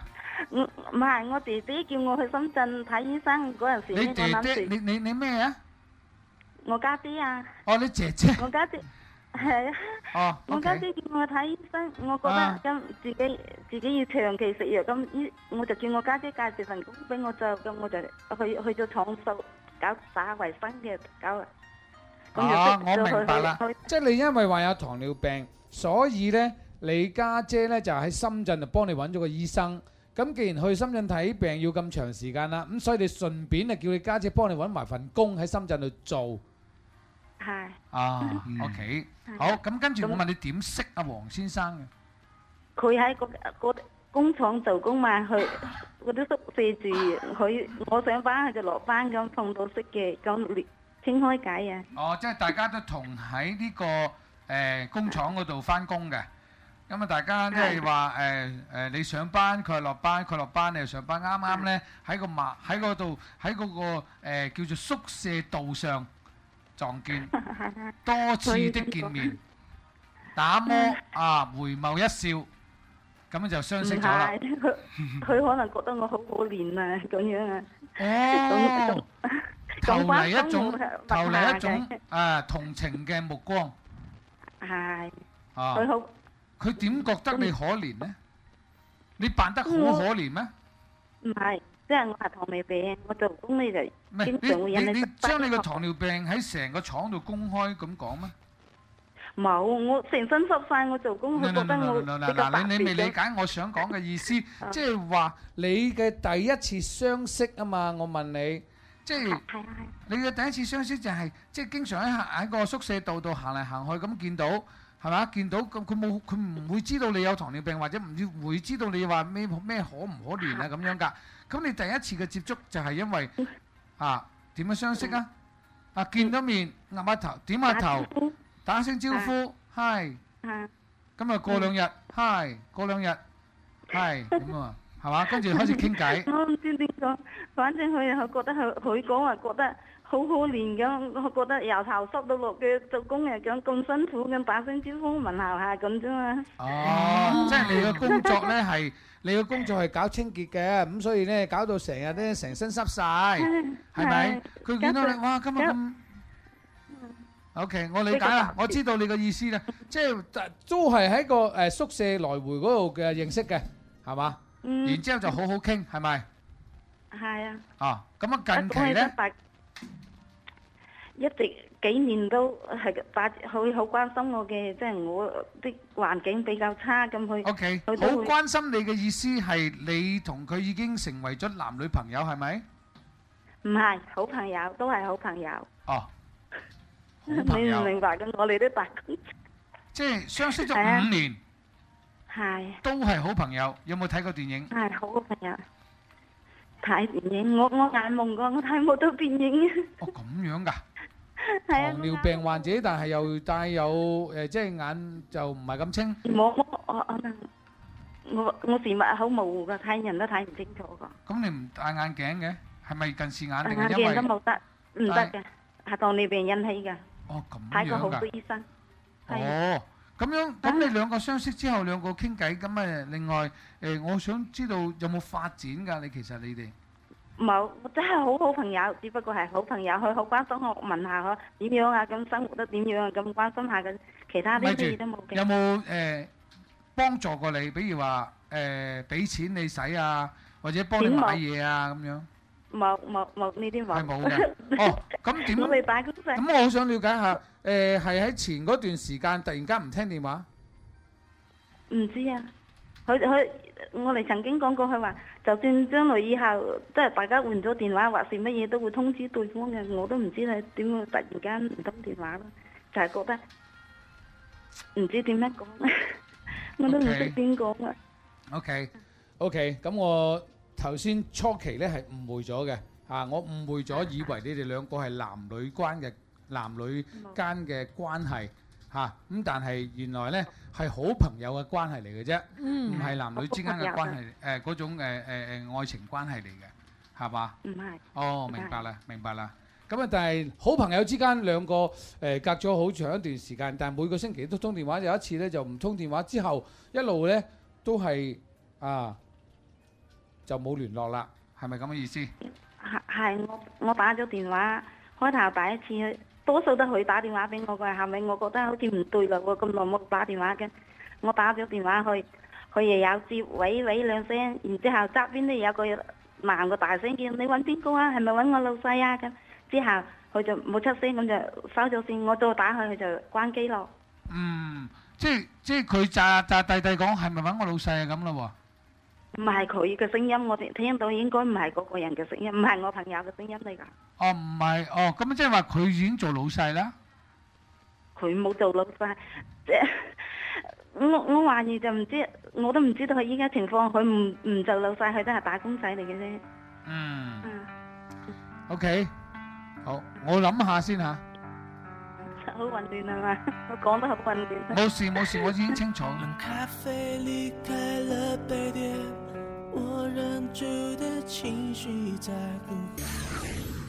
Speaker 10: 唔唔係，我姐姐叫我去深圳睇醫生嗰陣時
Speaker 5: 你
Speaker 10: 呢，我
Speaker 5: 姐
Speaker 10: 諗
Speaker 5: 姐，
Speaker 10: 住
Speaker 5: 你你你咩啊？
Speaker 10: 我家姐啊，
Speaker 5: 哦，你姐姐，
Speaker 10: 我家姐係啊，
Speaker 5: 哦
Speaker 10: 我家
Speaker 5: ，OK，
Speaker 10: 姐叫我去睇醫生，我覺得
Speaker 5: 啊
Speaker 10: 咁自己自己要長期食藥，咁醫我就叫我家姐介紹份工俾我做，咁我就去去咗廠數搞打衞生嘅搞。咁就
Speaker 5: 啊，
Speaker 10: 識
Speaker 5: 我
Speaker 10: 咗
Speaker 5: 明白啦
Speaker 10: 去去，
Speaker 5: 即係你因為患有糖尿病，所以咧你家姐咧就喺深圳就幫你揾咗個醫生。咁既然去深圳睇病要咁長時間啦，咁所以你順便就叫你家姐幫你揾埋份工喺深圳度做
Speaker 10: 係。
Speaker 5: 啊。OK，
Speaker 10: 係
Speaker 5: 好，咁跟住
Speaker 10: 咁
Speaker 5: 我問你點識阿黃先生嘅？
Speaker 10: 佢喺個個工廠做工嘛，佢嗰啲宿舍住，佢我上班佢就落班咁碰到識嘅，咁聊傾開偈啊。
Speaker 5: 哦，即係大家都同喺呢個誒工廠嗰度翻工嘅。咁啊，大家即係話誒誒，你上班，佢又落班，佢落班，你又上班，啱啱咧喺個馬喺嗰度喺嗰個誒叫做宿舍道上撞 見，多次的見面，打摩啊回眸一笑，咁就相識咗啦。
Speaker 10: 唔係佢佢可能覺得我好可憐啊， 咁樣啊。
Speaker 5: 哦， 投
Speaker 10: 咁關
Speaker 5: 嚟
Speaker 10: 心
Speaker 5: 一種
Speaker 10: 我係
Speaker 5: 投嚟一
Speaker 10: 問
Speaker 5: 種
Speaker 10: 下嘅
Speaker 5: 啊同情嘅目光
Speaker 10: 係，
Speaker 5: 啊！
Speaker 10: 佢好
Speaker 5: 佢點覺得你可憐呢？你扮得好可憐咩？
Speaker 10: 唔係，即係我係糖尿病，我做工呢
Speaker 5: 唔
Speaker 10: 就
Speaker 5: 係
Speaker 10: 經常會
Speaker 5: 你
Speaker 10: 引
Speaker 5: 你
Speaker 10: 你
Speaker 5: 你
Speaker 10: 失敗
Speaker 5: 將你個糖尿病喺成個廠度公開咁講咩？
Speaker 10: 冇，我成身濕晒，我做工佢覺得我
Speaker 5: 嗱
Speaker 10: 比較白
Speaker 5: 嗱，你你未理
Speaker 10: 咁
Speaker 5: 解我想講嘅意思，即係話你嘅第一次相識啊嘛，我問你，即係你嘅第一次相識就係即係經常喺行喺個宿舍度度行嚟行去咁見到。係嘛？見到咁佢冇佢唔會知道你有糖尿病，或者唔知會知道你話咩咩可唔可憐啊咁樣㗎。咁你第一次嘅接觸就係因為啊點樣相識啊？啊見到面岌下頭點下頭打聲招呼，hi。
Speaker 10: 啊
Speaker 5: 今日過兩日，hi，過兩日，hi 咁啊，係嘛？跟住開始傾偈，
Speaker 10: 我唔知點講，反正佢佢覺得佢佢講話覺得好可憐咁，我覺得由頭濕到落腳做工又咁咁辛苦咁打聲招呼問候下咁啫嘛。
Speaker 5: Ờ. 哦，即係你嘅工作咧係你嘅工作係搞清潔嘅，咁所以咧搞到成日咧成身濕晒，係咪？佢見到你哇，今日咁，OK，我理解啦，我知道你嘅意思啦，即係都係喺個誒宿舍來回嗰度嘅認識嘅，係嘛？
Speaker 10: 嗯
Speaker 5: 然之後就好好傾，係咪？
Speaker 10: 係啊，
Speaker 5: 啊，咁啊
Speaker 10: 一
Speaker 5: 近期
Speaker 10: 講起
Speaker 5: 咧
Speaker 10: 得。白，一直幾年都係把佢好關心我嘅，即係我啲環境比較差咁佢。
Speaker 5: O K，
Speaker 10: 佢
Speaker 5: 好
Speaker 10: 都會
Speaker 5: 關心你嘅意思係你同佢已經成為咗男女朋友係咪？
Speaker 10: 唔係好朋友，都係好朋友。
Speaker 5: 哦，
Speaker 10: 你
Speaker 5: 朋友
Speaker 10: 唔明白嘅，我哋都白工。
Speaker 5: 即係相識咗
Speaker 10: 係啊
Speaker 5: 五年，
Speaker 10: 係。
Speaker 5: 都係好朋友。有冇睇過電影？
Speaker 10: 係好朋友。睇電影，我我眼蒙過，我睇冇到電影。
Speaker 5: 咁樣㗎？
Speaker 10: 係啊
Speaker 5: 糖，尿病患者，但係又帶有誒，即係眼就唔係咁清。
Speaker 10: 我我我我我視物好模糊噶，睇人都睇唔清楚噶，
Speaker 5: 咁你唔戴眼鏡嘅，係咪近視眼定
Speaker 10: 眼
Speaker 5: 係因
Speaker 10: 鏡
Speaker 5: 為
Speaker 10: 都冇得，唔得
Speaker 5: 但
Speaker 10: 嘅，係糖尿病引起嘅。
Speaker 5: 哦咁樣㗎
Speaker 10: 睇過好多醫生。係
Speaker 5: 哦，咁樣咁你兩個相識之後，兩個傾偈咁誒，另外誒，我想知道有冇發展㗎？你其實你哋
Speaker 10: 冇，真係好好朋友，只不過係好朋友，佢好關心我，問下我點樣啊，咁生活得點樣啊，咁關心下嘅，其他啲
Speaker 1: 咪
Speaker 10: 乜
Speaker 1: 住
Speaker 10: 嘢都冇嘅。
Speaker 1: 有冇
Speaker 5: ờ,
Speaker 1: 誒幫助過你？比如話誒俾錢你使啊，或者幫你
Speaker 10: 錢冇
Speaker 1: 買嘢
Speaker 5: à,
Speaker 1: 啊咁樣。
Speaker 10: 冇冇冇呢啲冇。
Speaker 1: 係 冇嘅。哦，咁點？
Speaker 10: 我哋辦公室
Speaker 1: 咁我好想了解下，誒係喺前嗰段時間突然間唔聽電話，
Speaker 10: 唔知啊，佢佢我哋曾經講過，佢話就算將來以後即係大家換咗電話或是乜嘢，都會通知對方嘅。我都唔知你點會突然間唔通電話咯，就係、覺得唔知點樣講， 我都唔識
Speaker 5: OK
Speaker 10: 點講啊。
Speaker 5: OK OK，咁我頭先初期咧係誤會咗嘅，啊，我誤會咗，以為你哋兩個係男女關嘅男女間嘅關係，嚇、咁但係原來咧係好朋友嘅關係嚟嘅啫，
Speaker 1: 嗯
Speaker 5: 唔係男女之間嘅
Speaker 1: 好
Speaker 5: 關
Speaker 1: 朋
Speaker 5: 係，誒嗰、種誒誒誒愛情關係嚟嘅，係嘛？
Speaker 10: 唔係。
Speaker 5: 哦，明白啦，明白啦。咁啊，但係好朋友之間兩個誒、呃隔咗好長一段時間，但係每個星期都通電話，有一次咧就唔通電話之後，一路咧都係啊就冇聯絡啦，係咪咁嘅意思？
Speaker 10: 係係我我打咗電話，開頭第一次，多數都佢打電話俾我嘅，後尾我覺得好似唔對啦喎，咁耐冇打電話嘅，我打咗電話去，佢又有接，喂喂兩聲，然之後側邊都有個男嘅大聲叫你揾邊個啊，係咪揾我老細啊咁，之後佢就冇出聲，咁就收咗線，我再打佢，佢就關機咯。
Speaker 1: 嗯，即係即係佢咋咋弟弟講係咪揾我老細啊咁咯
Speaker 10: 唔係佢嘅聲音，我哋聽到應該唔係嗰個人嘅聲音，唔係我朋友嘅聲音嚟㗎。
Speaker 1: 喎？哦，唔係，哦，咁即係話佢已經做老細啦。
Speaker 10: 佢冇做老細，即係呃我我懷疑就唔知，我都唔知道佢依家情況，佢唔唔做老細，佢都係打工仔嚟嘅啫。
Speaker 1: 嗯
Speaker 10: 嗯，
Speaker 1: ，OK，好，我諗下先嚇。
Speaker 10: 好混亂啊嘛， 我講得好混亂。啊
Speaker 1: 冇事冇事，我已經清楚啦。
Speaker 18: 咖啡离开了杯垫，我忍住的情绪在不。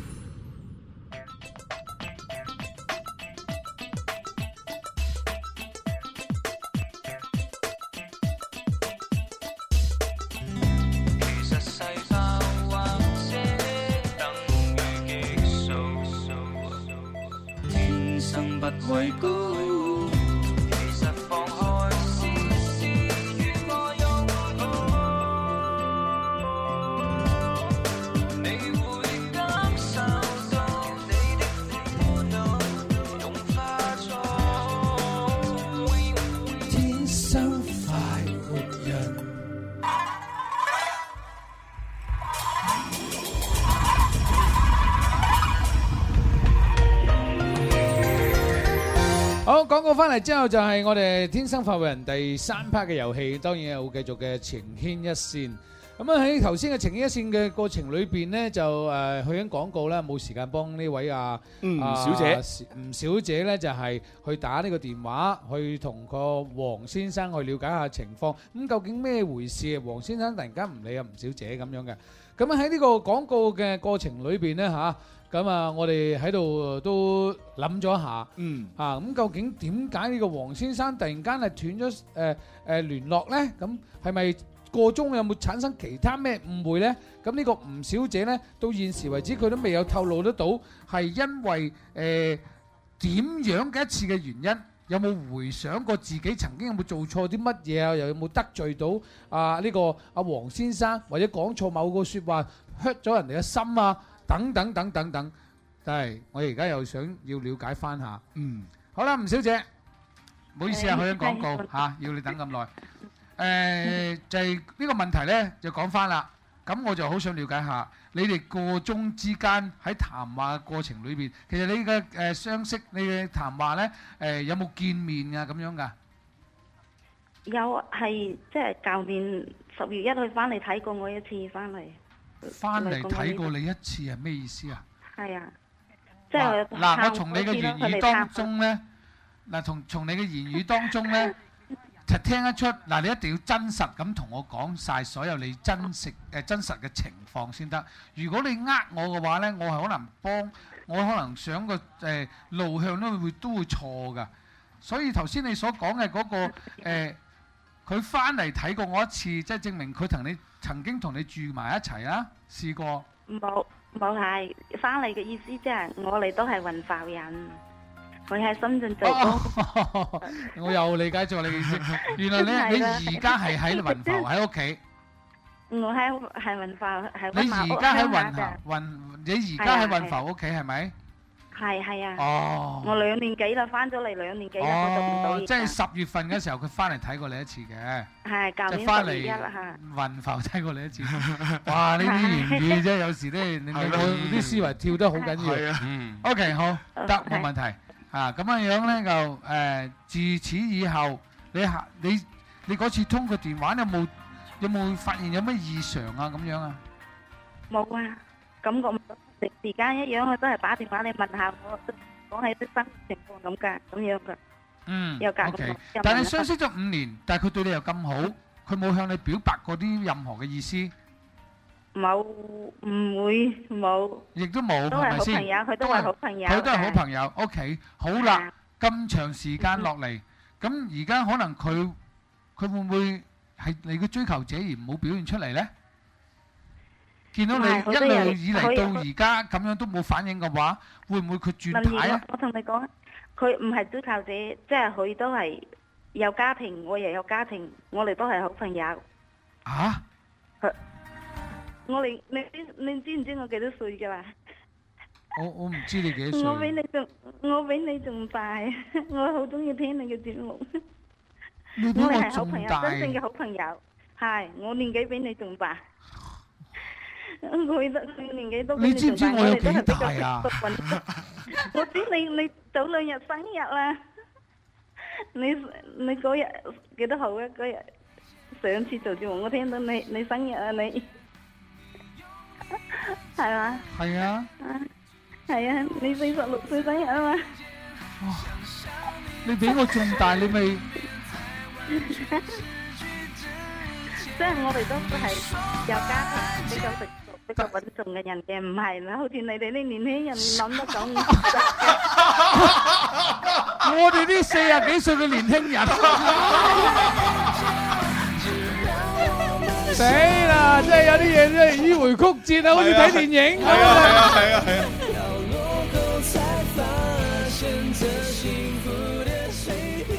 Speaker 16: 其實細化或者等於激素，天生不畏高。其實放開試試，與我擁抱，你會感受到你的苦惱融化咗。天生快活人。
Speaker 5: 好，廣告翻嚟之後就係我哋天生發育人第三 part 嘅遊戲，當然有繼續嘅情牽一線。咁啊喺頭先嘅情牽一線嘅過程裏邊呢，就誒去緊廣告啦，冇時間幫呢位啊
Speaker 3: 嗯
Speaker 5: 啊
Speaker 3: 小姐
Speaker 5: 吳小姐呢，就係去打呢個電話，去同個黃先生去了解下情況。咁究竟咩回事？黃先生突然間唔理啊吳小姐咁樣嘅。咁喺呢個廣告嘅過程裏邊呢，吓，咁啊我哋喺度都諗咗下，
Speaker 3: 嗯
Speaker 5: 啊咁究竟點解呢個黃先生突然間係斷咗誒誒聯絡呢？咁係咪過中有冇產生其他咩誤會呢？咁呢個吳小姐呢，到現時為止佢都未有透露得到係因為誒。呃點樣嘅一次嘅原因？有冇回想過自己曾經有冇做錯啲乜嘢啊？又有冇得罪到啊呢、個阿黃先生，或者講錯某個説話 hurt 咗人哋嘅心啊？等等等等等。但係我而家又想要了解翻下。
Speaker 3: 嗯，
Speaker 5: 好啦，吳小姐，唔好意思啊，
Speaker 1: 誒
Speaker 5: 去緊廣
Speaker 1: 唔
Speaker 5: 告
Speaker 1: 該
Speaker 5: 嚇、要你等咁耐。誒、呃就係呢個問題呢，就講翻啦。咁我就好想了解下，你哋個中之間喺談話過程裏邊，其實你嘅誒、呃相識，你嘅談話呢，誒、有冇見面啊咁樣噶？
Speaker 10: 有係即係舊年十月一去翻嚟睇過我一次翻嚟。
Speaker 5: 翻嚟睇過你一次係咩意思啊？
Speaker 10: 係啊，即係
Speaker 5: 嗱，
Speaker 10: 佢
Speaker 5: 嗱我
Speaker 10: 探
Speaker 5: 從你
Speaker 10: 嗰
Speaker 5: 嘅
Speaker 10: 次咯佢
Speaker 5: 言語
Speaker 10: 嚟
Speaker 5: 當
Speaker 10: 探
Speaker 5: 中咧，嗱，從從你嘅言語當中咧，就聽得出，嗱，你一定要真實咁同我講晒所有你真實誒真實嘅情況先得。如果你呃我嘅話咧，我係可能幫，我可能想個誒、路向都會都會錯噶。所以頭先你所講嘅嗰個、誒佢翻嚟睇過我一次，即係證明佢同你曾經同你住埋一齊啦，試過
Speaker 10: 冇冇係翻嚟嘅意思即係我哋都係雲浮人，佢喺深圳做
Speaker 5: 哦
Speaker 10: 工。
Speaker 5: 我又理解咗你嘅 意思。原來你
Speaker 10: 真係啦
Speaker 5: 你而家係喺雲浮喺屋 企，
Speaker 10: 我喺係雲浮，係
Speaker 5: 你
Speaker 10: 温馬
Speaker 5: 而
Speaker 10: 屋
Speaker 5: 家喺
Speaker 10: 鄉下
Speaker 5: 雲
Speaker 10: 嘅，
Speaker 5: 浮雲，你而
Speaker 10: 啊
Speaker 5: 家喺雲浮屋企係咪？
Speaker 10: 係係啊。
Speaker 5: 哦
Speaker 10: 我兩年幾啦，翻咗嚟兩年幾啦，我做唔到
Speaker 5: 哦，
Speaker 10: 嘢
Speaker 5: 即係十月份嘅時候佢翻嚟睇過你一次嘅。
Speaker 10: 係 舊
Speaker 5: 即係
Speaker 10: 年
Speaker 5: 翻
Speaker 10: 十月一啦嚇
Speaker 5: 嚟。雲浮睇過 你一次，哇！呢啲言語真係有時咧，你
Speaker 19: 係咯
Speaker 5: 啲思維跳得好緊
Speaker 19: 係
Speaker 5: 要
Speaker 19: 啊嗯。
Speaker 5: O K，好，
Speaker 19: 嗯
Speaker 5: 得
Speaker 19: 係
Speaker 5: 冇問題。啊，咁樣樣咧就誒，自此以後，你下你你嗰次通過電話有冇有冇發現有咩異常啊？咁樣啊？
Speaker 10: 冇啊，感覺唔到時時間一樣，佢都係打電話你問下我，講起啲生活情況咁㗎，咁樣㗎。
Speaker 5: 嗯。
Speaker 10: 有㗎
Speaker 5: O K，
Speaker 10: 有
Speaker 5: 但係
Speaker 10: 有
Speaker 5: 相識咗五年，但係佢對你又咁好，佢冇向你表白過啲任何嘅意思，
Speaker 10: 冇，唔會冇。
Speaker 5: 亦都冇，
Speaker 10: 都
Speaker 5: 係
Speaker 10: 係
Speaker 5: 咪
Speaker 10: 好
Speaker 5: 先？
Speaker 10: 朋友，佢都係好朋友。
Speaker 5: 佢都係好朋友。OK，好啦，咁長時間落嚟，咁而家可能佢佢會唔會係你嘅追求者而冇表現出嚟呢？見到你
Speaker 10: 唔係好
Speaker 5: 一
Speaker 10: 多人
Speaker 5: 路以
Speaker 10: 佢
Speaker 5: 嚟到而家咁樣都冇反應嘅話，會唔會佢
Speaker 10: 林
Speaker 5: 轉牌
Speaker 10: 怡，我
Speaker 5: 啊？
Speaker 10: 我同你講，佢唔係追求者，即係佢都係有家庭，我又有家庭，我哋都係好朋友。
Speaker 5: 啊？
Speaker 10: 我哋你知你知唔知我幾多歲㗎啦？
Speaker 5: 我我唔知你幾
Speaker 10: 我比
Speaker 5: 歲，
Speaker 10: 你
Speaker 5: 啊
Speaker 10: 仲我比你仲大， 我好中意聽你嘅節目。
Speaker 5: 你比
Speaker 10: 我哋
Speaker 5: 我
Speaker 10: 係好朋
Speaker 5: 仲
Speaker 10: 友，
Speaker 5: 大。
Speaker 10: 真正嘅好朋友。係，我年紀比你仲大。嗯佢都佢年紀都比
Speaker 5: 你知唔知
Speaker 10: 仲大
Speaker 5: 我有
Speaker 10: 哋都係
Speaker 5: 幾
Speaker 10: 比較
Speaker 5: 大啊？
Speaker 10: 我知你你早兩日生日啦，你你嗰日幾多號啊？嗰日上次做節目，我聽到你你生日啊，你 係嘛？
Speaker 5: 係啊，
Speaker 10: 係啊，你四十六歲生日啊嘛，
Speaker 5: 你比我仲大，你咪
Speaker 10: 即係我哋都係有家庭比較成熟、比較穩重嘅人嘅，唔係啦，好似你哋啲年輕人諗得講唔得
Speaker 5: 我哋啲四十幾歲嘅年輕人。
Speaker 19: 死
Speaker 5: à,
Speaker 19: 啦！真係有啲嘢真係迂迴曲折啊，好似睇電影咁啊！
Speaker 20: 係啊係啊。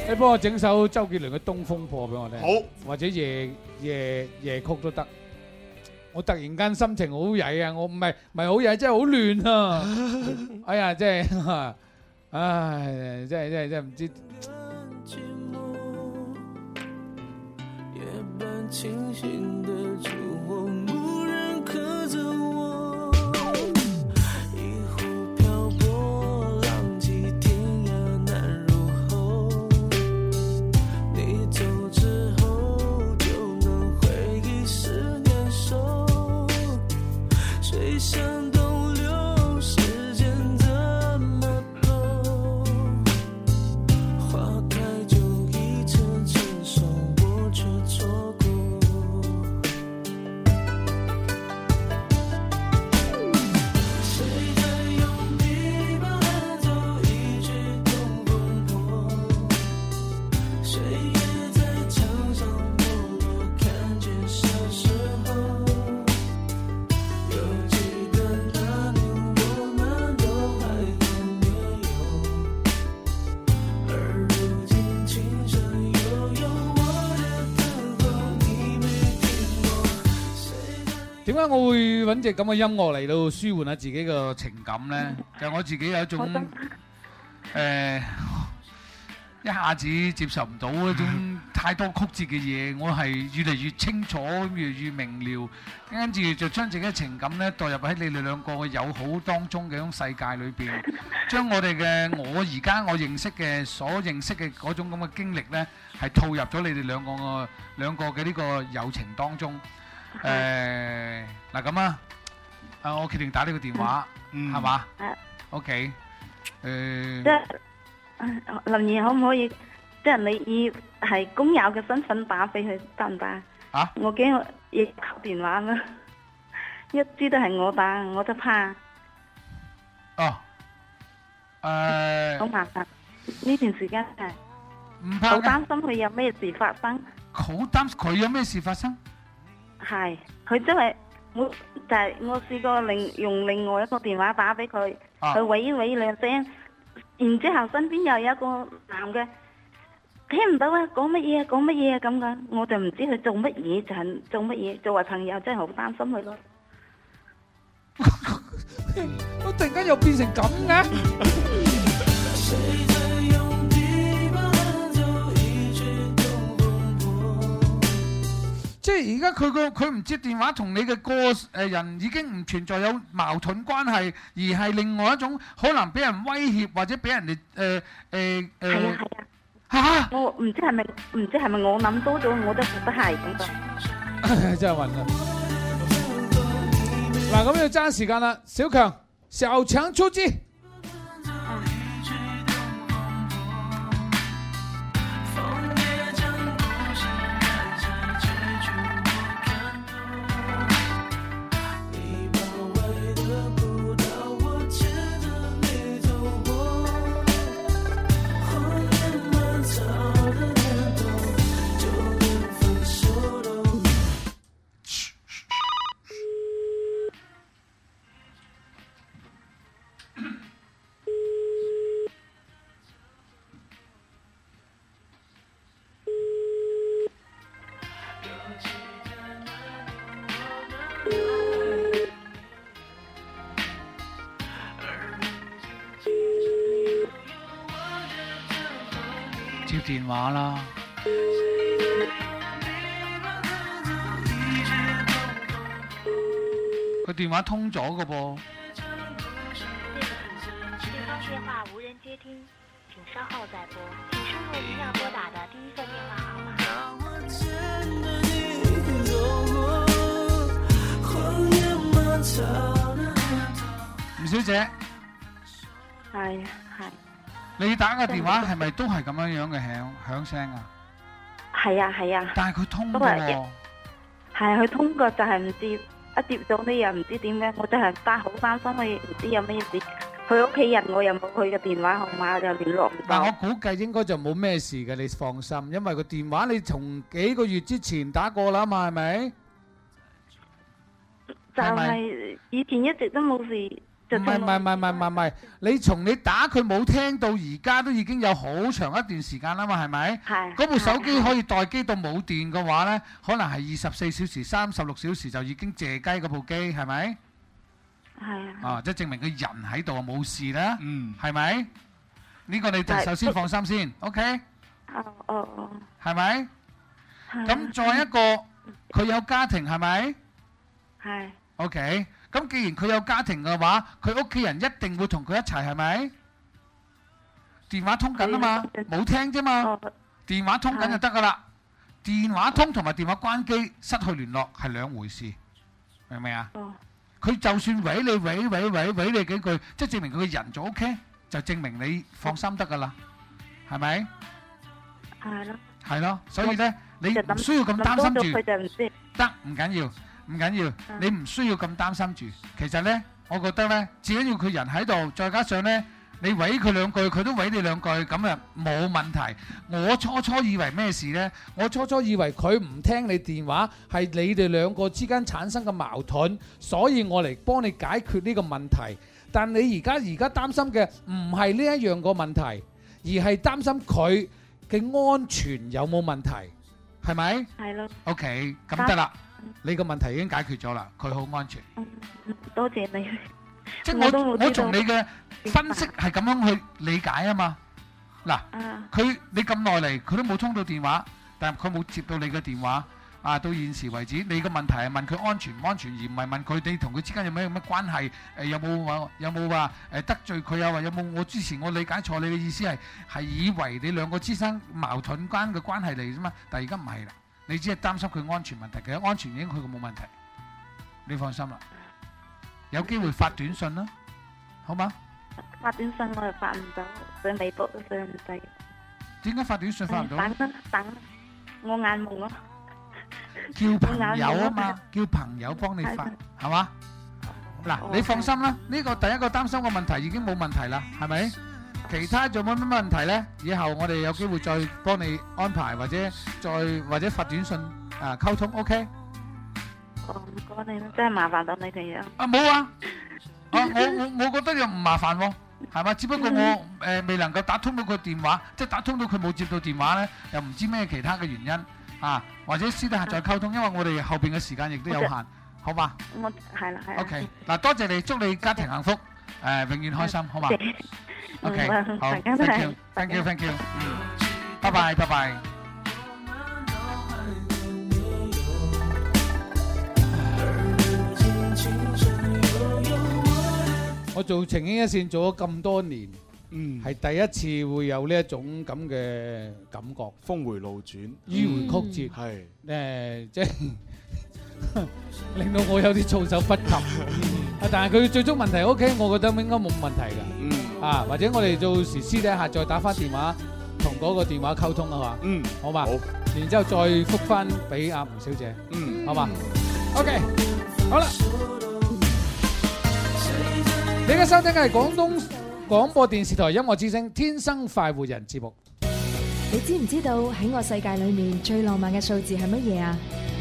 Speaker 19: 你幫我整首周杰倫嘅《東風破》俾我聽，
Speaker 20: 好，
Speaker 19: 或者夜夜夜曲都得。我突然間心情好曳
Speaker 5: à,
Speaker 19: 啊！我唔係唔係好曳，真係好亂啊！哎
Speaker 5: à,
Speaker 19: 呀， 真係，唉，真係真係真係唔知。
Speaker 1: 寂寞，夜半清醒的烛火，无人刻着我。一壶漂泊，浪迹天涯难入喉。你走之后，就能回忆是感受。水向东流，时间怎么走？花开就一直成熟，我却错过。谁在用琵琶弹奏一曲《东风破》？谁也在墙上没落，看见小时候。犹记得那年，我们都还很年幼。而如今，琴声悠悠，我的等候你没听过。
Speaker 19: 點解我會揾只咁嘅音樂嚟到舒緩下自己
Speaker 5: 個情感咧，就我自己有一種誒、一下子接受唔到嗰種太多曲折嘅嘢，我係越嚟越清楚，越嚟越明瞭，跟住就將自己嘅情感咧代入喺你哋兩個嘅友好當中嘅一種世界裏邊，將我哋嘅我而家我認識嘅所認識嘅嗰種咁嘅經歷咧，係套入咗你哋兩個嘅兩個嘅呢個友情當中。誒嗱咁啊！啊，我決定打呢個電話，係嘛
Speaker 10: 啊。
Speaker 5: ？OK，誒
Speaker 10: 即，係林怡可唔可以，即係你以係工友嘅身份打俾佢得唔得啊？
Speaker 5: 啊
Speaker 10: 我驚我亦扣電話啦， 一知道係我打，我都怕，
Speaker 5: 哦，
Speaker 10: 好
Speaker 5: 誒，
Speaker 10: 麻煩。呢段時間係
Speaker 5: 哎唔怕
Speaker 10: 好
Speaker 5: 嘅，
Speaker 10: 擔心佢有咩事發生，
Speaker 5: 好擔心佢有咩事發生？
Speaker 10: 係佢真係我但係我試過另用另外一個電話打俾佢，
Speaker 21: 啊
Speaker 10: 佢喂喂兩聲，然之後身邊又有一個男嘅。聽唔到啊！講乜嘢啊？講乜嘢啊？咁噶，我就唔知佢做乜嘢，就係做乜嘢。作為朋友，真係好擔心佢咯。
Speaker 22: 我突然間又變成咁嘅。
Speaker 23: 谁在用地板走一直都碰
Speaker 5: 即係而家佢個佢唔接電話同你嘅個誒人已經唔存在有矛盾關係，而係另外一種可能俾人威脅或者俾人哋呃誒誒誒嚇。
Speaker 10: 啊我唔知係咪唔知係咪我諗多咗，我都覺得係咁噶。
Speaker 22: 真係暈啊！嗱，咁要爭時間啦，小強，小強出擊。
Speaker 5: 接電話啦。佢電話通咗嘅噃，
Speaker 1: 电话电话无人接听，请稍后再拨。请输入您要拨打的第一个电话号码。
Speaker 5: 吳小姐，
Speaker 1: 哎
Speaker 10: 係係
Speaker 5: 你打嘅電話係咪都係咁樣樣嘅響響聲啊？
Speaker 10: 係啊係啊。
Speaker 5: 但係佢通
Speaker 10: 都
Speaker 5: 嘅
Speaker 10: 係
Speaker 5: 喎，
Speaker 10: 係佢通過就係唔接，一接咗呢又唔知點嘅，我真係擔好擔心佢唔知有咩事。佢屋企人我又冇佢嘅電話號碼，又聯絡唔
Speaker 22: 嗱，我
Speaker 10: 到。
Speaker 22: 估計應該就冇咩事嘅，你放心，因為個電話你從幾個月之前打過啦嘛，係咪？
Speaker 10: 就
Speaker 22: 係咪
Speaker 10: 係以前一直都冇事，就
Speaker 22: 唔係唔係唔係唔係唔係，你從你打佢冇聽到而家都已經有好長一段時間啦嘛，係咪？
Speaker 10: 係
Speaker 5: 嗰部手機可以待機到冇電嘅話呢，可能係二十四小時、三十六小時就已經借雞嗰部機，係咪？
Speaker 1: 哎
Speaker 10: 係啊。
Speaker 5: 啊，即係證明佢人喺度冇事啦，係咪？呢個你就
Speaker 10: 係
Speaker 5: 首先放心先，OK？
Speaker 10: 哦哦哦，
Speaker 5: 係咪？
Speaker 10: 係啊
Speaker 5: 咁再一個，佢有家庭係咪
Speaker 1: 哎
Speaker 10: 係
Speaker 5: ？OK？咁既然佢有家庭嘅話，佢屋企人一定會同佢一齊係咪？電話通緊啊嘛，冇聽啫嘛，電話通緊就得噶啦。電話通同埋電話關機失去聯絡係兩回事，明唔明啊？
Speaker 10: 哦
Speaker 5: 佢就算毀你毀毀毀毀你幾句，即係證明佢嘅人就 OK，就證明你放心得噶啦，係咪？
Speaker 10: 係咯。
Speaker 5: 係咯，所以咧，你
Speaker 10: 就諗
Speaker 5: 唔需要咁擔心
Speaker 10: 諗多咗
Speaker 5: 住
Speaker 10: 佢。就唔知。
Speaker 5: 得唔緊要，唔緊要，你唔需要咁擔心住。其實呢，我覺得呢，只緊要佢人喺度，再加上呢，你毀佢兩句，佢都毀你兩句，咁啊冇問題。我初初以為咩事呢？
Speaker 22: 我初初以為佢唔聽你電話，係你哋兩個之間產生嘅矛盾，所以我嚟幫你解決呢個問題。但你而家而家擔心嘅唔係呢一樣個問題，而係擔心佢嘅安全有冇問題，係咪
Speaker 10: 係咯，嗯
Speaker 5: ？OK，咁得啦，你個問題已經解決咗啦，佢好安全。
Speaker 10: 多謝你。
Speaker 5: 即係
Speaker 10: 我都
Speaker 5: 我
Speaker 10: 冇
Speaker 5: 我
Speaker 10: 知道
Speaker 5: 從你嘅分析係咁樣去理解啊嘛。嗱，
Speaker 10: 啊
Speaker 5: 佢你咁耐嚟，佢都冇通到電話，但係佢冇接到你嘅電話。啊，到現時為止，你嘅問題係問佢安全唔安全，而唔係問佢你同佢之間有咩有咩關係？誒、有冇話有冇話誒得罪佢啊？或有冇我之前我理解錯你嘅意思係係以為你兩個之間矛盾關嘅關係嚟啫嘛？但係而家唔係啦，你只係擔心佢安全問題，其實安全已經佢冇問題，你放心啦。有機會發短信啦，好嘛？
Speaker 10: 發短信我又發唔到，上微博都上唔到。
Speaker 5: 點解發短信嗯發唔到？
Speaker 10: 等啦等啦，我眼蒙咯。
Speaker 5: 叫朋友啊
Speaker 10: 我眼
Speaker 5: 嘛，叫朋友幫你發哦
Speaker 10: 係，
Speaker 5: 係嘛？嗱，你放心啦，呢個第一個擔心嘅問題已經冇問題啦，係咪？其他仲有冇乜問題呢？以後我哋有機會再幫你安排，或者再或者發短信啊溝通，OK？
Speaker 10: 哦唔該你啦，真係麻煩到你哋啊！
Speaker 1: 啊冇啊，啊我我我覺得又唔麻煩喎、係嘛？只不過我誒、呃未能夠打通到個電話，即係打通到佢冇接到電話咧，又唔知咩其他嘅原因啊，或者私底下再溝通，因為我哋後邊嘅時間亦都有限，好嘛
Speaker 10: 我係啦係啦。
Speaker 1: ？OK，嗱，多謝你，祝你家庭幸福，誒、永遠開心，好嘛
Speaker 10: 多謝
Speaker 1: ？OK，
Speaker 10: 嗯
Speaker 1: 好
Speaker 10: 大家都係
Speaker 1: ，thank you，thank you，thank you，嗯，拜拜，拜拜。
Speaker 5: 我做情牽一線做咗咁多年，嗯，係第一次會有呢一種咁嘅感覺，
Speaker 3: 峰回路轉，
Speaker 5: 迂迴曲折，
Speaker 3: 嗯係誒、
Speaker 5: 即係 令到我有啲措手不 及。啊，但係佢最終問題 OK，我覺得應該冇問題㗎。
Speaker 3: 嗯，
Speaker 5: 啊，或者我哋到時私底下再打翻電話同嗰個電話溝通啊嘛。
Speaker 3: 嗯，
Speaker 5: 好嘛。然之後再復翻俾阿吳小姐。
Speaker 3: 嗯，
Speaker 5: 好嘛。OK，好啦。你而家收聽嘅係廣東廣播電視台音樂之聲《天生快活人》節目。
Speaker 15: 你知唔知道喺我世界裏面最浪漫嘅數字係乜嘢啊？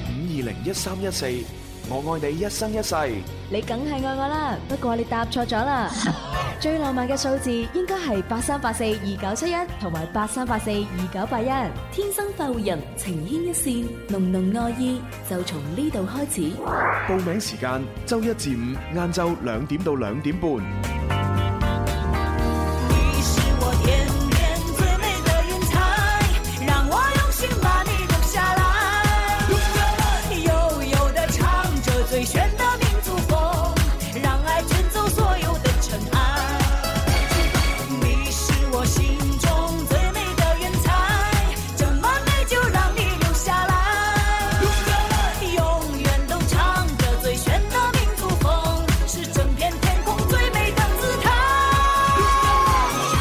Speaker 7: 五二零一三一四，我愛你一生一世。
Speaker 15: 你梗係愛我啦，不過你答錯咗 啦。最浪漫嘅數字應該係八三八四二九七一同埋八三八四二九八一。天生快活人，情牽一線，濃濃愛意就從呢度開始。
Speaker 7: 報名時間周一至五晏晝兩點到兩點半。
Speaker 24: 你是我眼边最美的云彩，让我用心把你种下来。悠悠地唱着最炫的民族风，让爱卷走所有的尘埃。你是我心中最美的云彩，这么美就让你留下来。永远都唱着最炫的民族风，是整片天空最美的姿态。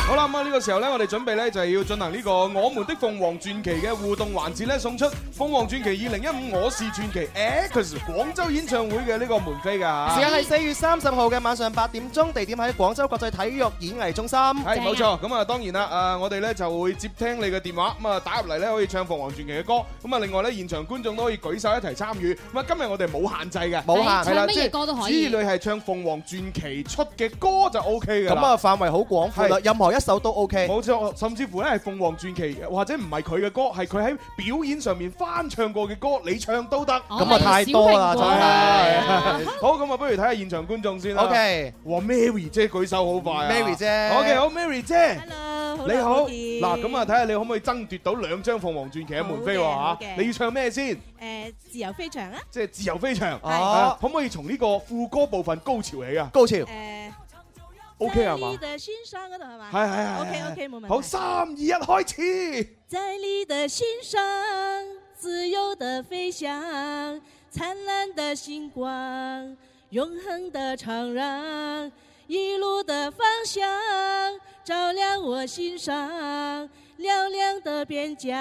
Speaker 3: 好啦，咁啊呢個時候咧，我哋準備咧就係要進行呢個我們的鳳凰傳奇嘅互動環節咧，送出鳳凰傳奇二零一五我是傳奇 X 廣州演唱會嘅呢個門飛㗎嚇。
Speaker 4: 時間係四月三十號嘅晚上八點鐘，地點喺廣州國際體育演藝中心。
Speaker 3: 係
Speaker 4: 係
Speaker 3: 冇錯，。咁啊當然啦，誒我哋咧就會接聽你嘅電話，咁啊打入嚟咧可以唱《鳳凰傳奇》嘅歌，咁啊另外咧現場觀眾都可以舉手一齊參與。啊咁啊今日我哋冇限制嘅，
Speaker 4: 冇限
Speaker 3: 係啦
Speaker 4: 唱乜嘢
Speaker 3: 即係
Speaker 4: 歌都可以
Speaker 3: 只要你係唱《鳳凰傳奇》出嘅歌就 O K 嘅。
Speaker 4: 咁啊，範圍好廣闊啦
Speaker 3: 係，
Speaker 4: 任何一首都 OK。
Speaker 3: 冇錯，甚至乎咧係鳳凰傳奇，或者唔係佢嘅歌，係佢喺表演上面翻唱過嘅歌，你唱都得。
Speaker 25: 哦
Speaker 4: 咁啊太多啦真係
Speaker 3: 真係。 好，咁啊，不如睇下現場觀眾先啦。
Speaker 4: OK
Speaker 3: 哇，Mary 姐舉手好快啊
Speaker 4: Mary 姐
Speaker 3: OK，好，Mary 姐。
Speaker 25: Hello，
Speaker 3: 你好，
Speaker 25: 見
Speaker 3: 嗱咁啊，睇下你可唔可以爭奪到兩張鳳凰傳奇嘅門飛喎
Speaker 25: 好
Speaker 3: 嚇
Speaker 25: 嘅好？嘅
Speaker 3: 你要唱咩先？
Speaker 25: 誒自由飛翔啊！
Speaker 3: 即係自由飛翔。
Speaker 25: 係
Speaker 3: 啊可唔可以從呢個副歌部分高潮嚟啊？
Speaker 4: 高潮
Speaker 25: 誒
Speaker 3: OK 啊係
Speaker 25: 在
Speaker 3: 嘛
Speaker 25: 你的心上嗰度係嘛？
Speaker 3: 係係係
Speaker 25: OK
Speaker 3: 係
Speaker 25: OK 冇問題。
Speaker 3: 好三二一開始。
Speaker 25: 在你的心上，自由的飞翔，灿烂的星光，永恒的长廊，一路的方向，照亮我心上，嘹亮的边疆，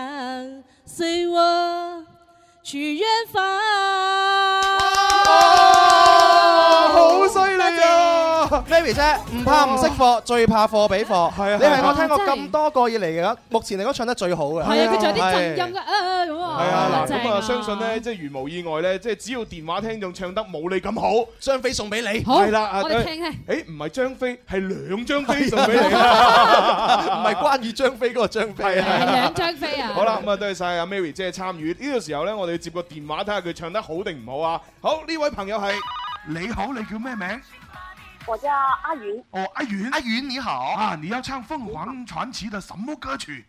Speaker 25: 随我去远方。
Speaker 4: 好犀利啊！Mary 姐唔怕唔識貨，最怕貨比貨。係啊你係我聽過咁多個以嚟嘅，目前嚟講唱得最好嘅。
Speaker 6: 係啊，佢仲有啲震音嘅啊咁
Speaker 3: 係啊，
Speaker 6: 啊，
Speaker 3: 嗱，咁啊，相信咧，即係如無意外咧，即係只要電話聽眾唱得冇你咁好，
Speaker 4: 張飛送俾你
Speaker 6: 好
Speaker 3: 係啦，啊
Speaker 6: 我哋聽聽。
Speaker 3: 誒，唔係張飛，係兩張飛送俾你，
Speaker 4: 啊 唔係關於張飛嗰個張飛
Speaker 3: 啊
Speaker 6: 係兩張飛啊！
Speaker 3: 好啦，，咁啊，多謝晒阿 Mary 姐嘅參與。呢個時候咧，我哋要接個電話睇下佢唱得好定唔好啊。好，呢位朋友係你好，你叫咩名？
Speaker 26: 我叫阿云，
Speaker 3: 哦，阿云，阿云你好啊！你要唱《凤凰传奇》的什么歌曲？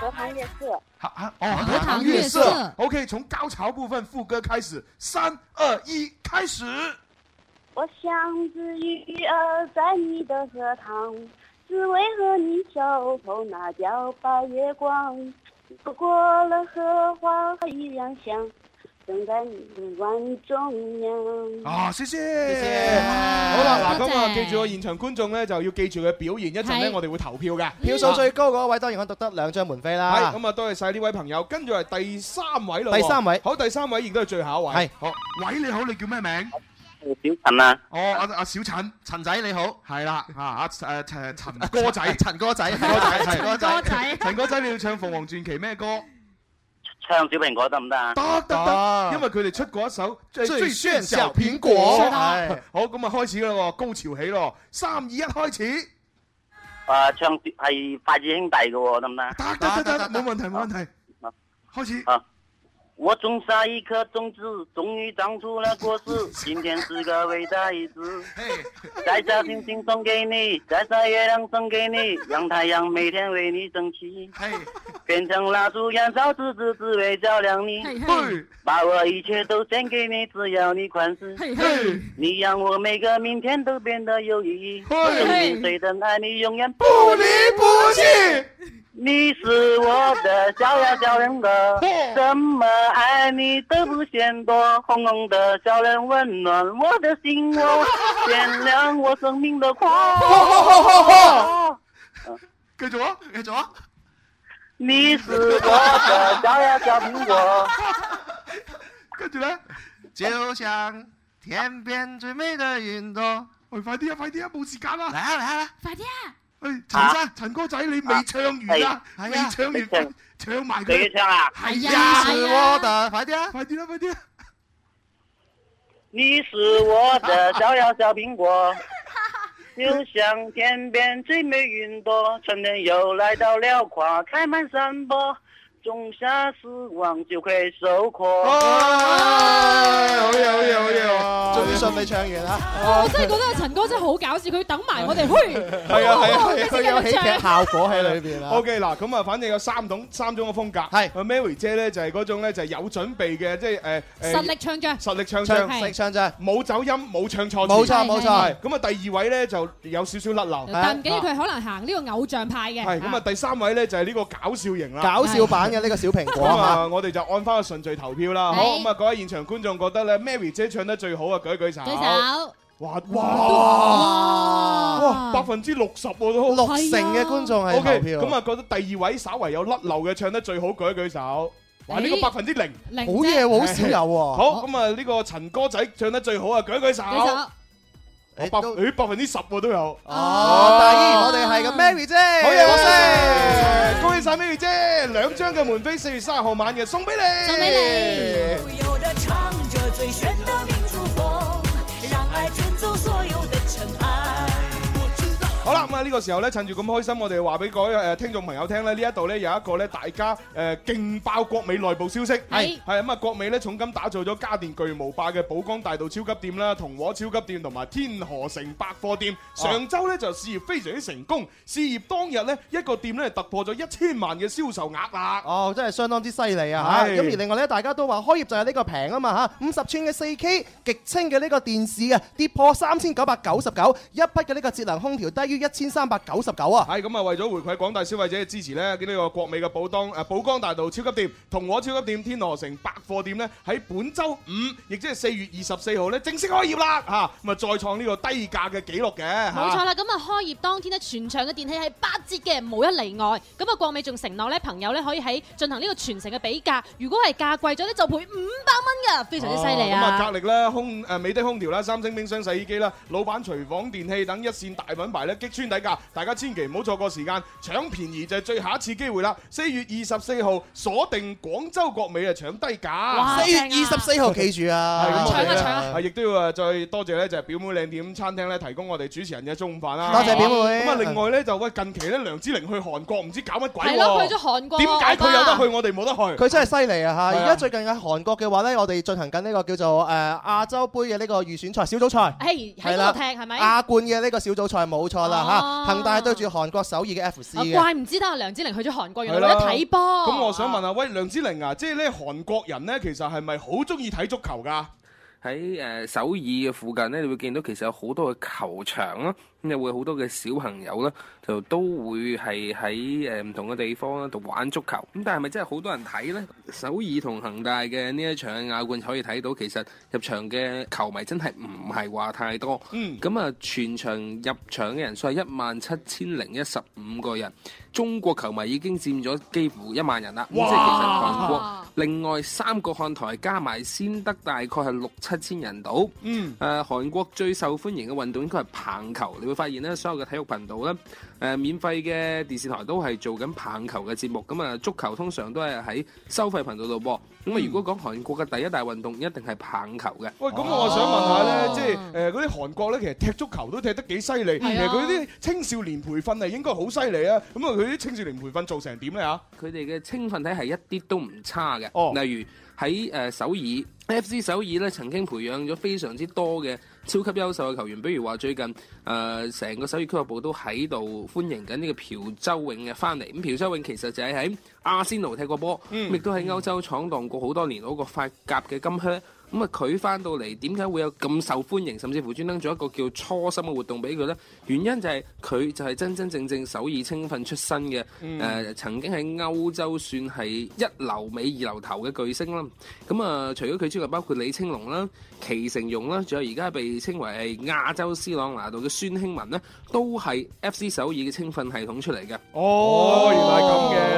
Speaker 26: 荷塘夜色。
Speaker 3: 啊啊哦，
Speaker 26: 荷塘月色
Speaker 3: OK，从高潮部分副歌開始，三二一，開始。
Speaker 26: 我像只鱼儿在你的荷塘，只为和你守候那皎白月光。走过了荷花，它依然香，等在你的碗中央。
Speaker 3: 啊，謝謝，好啦，嗱，咁啊，記住個現場觀眾咧就要記住佢表現，一陣
Speaker 4: 係
Speaker 3: 咧
Speaker 4: 嗯
Speaker 3: 我哋會投票嘅，
Speaker 4: 票數最高嗰位當然可以獨得兩張門飛
Speaker 3: 啊。
Speaker 4: 啦
Speaker 3: 係。咁啊，多謝晒呢位朋友，跟住係第三位咯喎。
Speaker 4: 第三位
Speaker 3: 好，第三位亦都係最後一位。
Speaker 4: 係
Speaker 3: 好，喂，你好，你叫咩名？
Speaker 27: 小陳啊，
Speaker 3: 哦，阿阿小陳，陳仔你好，係啦，啊阿誒陳陳哥仔，
Speaker 4: 陳哥仔
Speaker 3: 陳哥仔，係
Speaker 4: 陳哥仔
Speaker 3: 陳哥仔，你要唱《鳳凰傳奇》咩歌？
Speaker 9: 唱小蘋果得唔得啊？
Speaker 3: 得得得，因為佢哋出過一首
Speaker 9: 最
Speaker 3: 《最炫小蘋果》
Speaker 9: 最炫小蘋
Speaker 3: 係
Speaker 9: 果。
Speaker 3: 好，咁啊開始啦喎，高潮起咯，三二一開始，
Speaker 9: 啊，唱係筷子兄弟嘅喎，得唔得？
Speaker 3: 得得得，冇問題冇問題。開始。
Speaker 9: 啊！我种下一颗种子，终于长出了果实。今天是个伟大日子，摘下星星送给你，摘下月亮送给你，让太阳每天为你升起。变成蜡烛燃烧自己，只为照亮你。把我一切都献给你，只要你宽恕。你让我每个明天都变得有意义。我生命虽然爱你，永远不离不弃。你是我的小呀小人儿，怎么爱你都不嫌多。红红的小人温暖我的心 窝，点亮我生命的火。
Speaker 3: 繼續啊，繼續啊！
Speaker 9: 你是我的小呀小苹果，
Speaker 3: 跟住咧，
Speaker 27: 就像天边最美的云朵。
Speaker 3: 喂，快啲啊，快啲啊，冇時間啦！
Speaker 27: 嚟啊嚟啊嚟啊！
Speaker 9: 快啲啊！
Speaker 3: 喂，
Speaker 1: À.
Speaker 3: 陳生，陳哥仔，你未唱完啊？
Speaker 27: 係
Speaker 3: 未
Speaker 27: 係啊
Speaker 3: 唱
Speaker 27: 你
Speaker 3: 完
Speaker 27: 唱，
Speaker 3: 唱埋
Speaker 27: 你
Speaker 3: 佢。
Speaker 27: 要唱啊
Speaker 3: 係
Speaker 27: 你是
Speaker 3: 啊
Speaker 27: 我，的，快啲啊！
Speaker 3: 快啲啦，快啲啦！
Speaker 9: 你是我的小呀小苹果，就像天边最美云朵，春天又来到辽阔，开满山坡，种下希望就会收获。
Speaker 3: 哎好嘢，好嘢，好嘢哇！
Speaker 4: 終於順利唱完啦。
Speaker 6: 我真係覺得陳哥真係好搞笑，佢等
Speaker 3: Ờ.
Speaker 6: 埋我哋， 嘿，
Speaker 3: 係啊係啊係啊，
Speaker 6: 佢有喜劇
Speaker 4: 效果喺裏邊啊
Speaker 3: OK 嗱，咁啊，反正有三種三種嘅風格。係 Mary 姐咧就係嗰種咧就係有準備嘅，即係誒誒
Speaker 6: 實力唱將，
Speaker 3: 實力
Speaker 4: 唱
Speaker 3: 唱將，
Speaker 4: 實力
Speaker 3: 唱將，冇走音，冇唱錯字。
Speaker 4: 冇錯冇錯
Speaker 3: 係咁啊，第二位咧就有少少甩漏。
Speaker 6: 但唔緊要，佢可能行呢個偶像派嘅。
Speaker 3: 係咁啊，第三位咧就係呢個搞笑型啦，
Speaker 4: 搞笑版嘅呢個小蘋果
Speaker 3: 咁
Speaker 4: 啊
Speaker 3: 啊，我哋就按翻個順序投票啦。好
Speaker 4: 係
Speaker 3: 咁啊，各位現場觀眾覺得咧，Mary 姐唱得最好啊，舉一舉手。
Speaker 6: 舉手。
Speaker 3: 哇
Speaker 4: 哇
Speaker 3: 哇哇！百分之六十喎都
Speaker 4: 六成嘅觀眾係
Speaker 3: O K，
Speaker 4: 投票
Speaker 3: 咁啊覺得第二位稍為有甩漏嘅唱得最好，舉一舉手。哇！呢
Speaker 4: 咦
Speaker 3: 個百分之零，
Speaker 4: 零好嘢喎好少有喎
Speaker 3: 好咁啊，呢個陳哥仔唱得最好啊，舉一舉手。
Speaker 4: 舉手
Speaker 3: 我百誒百分之十喎都有。
Speaker 4: 哦，但係依然我哋係個 Mary 姐，
Speaker 3: 好嘢，好嘢！恭喜晒 Mary 姐，兩張嘅門飛四月三十號晚嘅送俾你，
Speaker 24: 送俾你。悠悠地唱着最炫的民族风，让爱卷走所有的尘埃。
Speaker 3: 好啦，咁啊呢個時候咧，趁住咁開心，我哋話俾各位誒聽眾朋友聽咧，呢一度咧有一個咧大家誒勁爆國美內部消息，係係咁啊國美咧重金打造咗家電巨無霸嘅寶江大道超級店啦、同和超級店同埋天河城百貨店，上週咧就事業非常之成功，事業當日咧一個店咧突破咗一千萬嘅銷售額啦。
Speaker 4: 哦，真係相當之犀利啊！嚇
Speaker 3: 係
Speaker 4: 咁而另外咧，大家都話開業就係呢個平啊嘛嚇，五十寸嘅四 K 極清嘅呢個電視啊，跌破三千九百九十九，一匹嘅呢個節能空調低於一千三百九十九啊！
Speaker 3: 係咁啊！為咗回饋廣大消費者嘅支持呢，呢個國美嘅寶當啊誒寶江大道超級店、同我超級店、天河城百貨店呢，喺本周五，亦即係四月二十四號呢，正式開業啦！嚇、咁啊再創呢個低價嘅紀錄嘅嚇。
Speaker 6: 冇錯啦，咁啊開業當天咧，全場嘅電器係八折嘅，冇一例外。咁啊，國美仲承諾咧，朋友咧可以喺進行呢個全城嘅比價，如果係價貴咗咧，就賠五百蚊㗎，非常之犀利
Speaker 3: 哦咁啊，
Speaker 6: 啊！
Speaker 3: 格力啦、空誒美的空調啦、三星冰箱、洗衣機啦、老闆廚房電器等一線大品牌咧擊穿底價，大家千祈唔好錯過時間，搶便宜就係最下一次機會啦！四月二十四號鎖定廣州國美啊，搶低
Speaker 4: 哇
Speaker 3: 價。
Speaker 4: 四月正啊24號記住啊
Speaker 3: 係咁我哋咧
Speaker 4: 搶啊搶啊
Speaker 3: 係亦都要誒再多謝咧，就係表妹靚點餐廳咧提供我哋主持人嘅中午飯啦。
Speaker 4: 多謝表妹
Speaker 3: 咁啊，另外咧就喂近期咧梁之玲去韓國唔知搞乜鬼
Speaker 6: 係咯
Speaker 3: 喎
Speaker 6: 去咗韓國
Speaker 3: 點解佢有得
Speaker 6: 我
Speaker 3: 去我哋冇得去？
Speaker 4: 佢真係犀利啊！
Speaker 3: 係
Speaker 4: 嚇，
Speaker 3: 啊
Speaker 4: 而家最近喺韓國嘅話咧，我哋進行緊呢個叫做誒亞洲杯嘅呢個預選賽小組賽，
Speaker 6: 係喺嗰
Speaker 4: 啦
Speaker 6: 度踢係咪？
Speaker 4: 亞冠嘅呢個小組賽冇錯啦
Speaker 6: 哦
Speaker 4: 嚇，恒大對住韓國首爾嘅 FC
Speaker 6: 啊
Speaker 4: 嘅。
Speaker 6: Ờ，怪唔之得啊梁之玲去咗韓國，原
Speaker 3: à？係
Speaker 6: 來
Speaker 3: 啦
Speaker 6: 冇得睇波。
Speaker 3: 咁我想問下，喂梁之玲啊，即係咧韓國人咧，其實係咪好中意睇足球㗎？
Speaker 28: 喺誒首爾嘅附近咧，你會見到其實有好多嘅球場啦，咁又會好多嘅小朋友啦，就都會係喺呃誒唔同嘅地方啦度玩足球。咁但係咪真係好多人睇呢？首爾同恒大嘅呢一場亞冠可以睇到，其實入場嘅球迷真係唔係話太多。
Speaker 3: 嗯，
Speaker 28: 咁啊，全場入場嘅人數係一萬七千零一十五個人，中國球迷已經佔咗幾乎一萬人啦。咁即係其實
Speaker 3: 哇
Speaker 28: 韓國。另外三個看台加埋先得大概係六七千人度。
Speaker 3: 嗯，
Speaker 28: 誒、韓國最受歡迎嘅運動應該係棒球，你會發現咧，所有嘅體育頻道咧，誒、免費嘅電視台都係做緊棒球嘅節目，咁啊足球通常都係喺收費頻道度播。咁啊、如果講韓國嘅第一大運動，一定係棒球嘅。哦
Speaker 3: 喂，咁我想問下咧，即係誒嗰啲韓國咧，其實踢足球都踢得幾犀利，其
Speaker 28: 係啊
Speaker 3: 實佢啲青少年培訓係應該好犀利啊。咁啊，佢啲青少年培訓做成點咧嚇？
Speaker 28: 佢哋嘅青訓體係一啲都唔差嘅。
Speaker 3: 哦
Speaker 28: 例如喺誒、呃首爾。F.C. 首爾咧曾經培養咗非常之多嘅超級優秀嘅球員，比如話最近誒呃成、個首爾俱樂部都喺度歡迎緊呢個朴周永嘅翻嚟。咁朴周永其實就係喺阿仙奴踢過波，
Speaker 3: 嗯
Speaker 28: 咁亦都喺歐洲闖蕩過好多年攞過法甲嘅金靴。咁啊，佢翻到嚟點解會有咁受歡迎，甚至乎專登做一個叫初心嘅活動俾佢呢？原因就係佢就係真真正正首爾青訓出身嘅，誒、呃
Speaker 2: 嗯
Speaker 28: 曾經喺歐洲算係一流尾二流頭嘅巨星啦。咁啊，除咗佢之外，包括李青龍啦、祁成容啦，仲有而家被稱為係亞洲斯朗拿度嘅孫興文呢，都係 FC 首爾嘅青訓系統出嚟嘅。
Speaker 3: 哦，原來係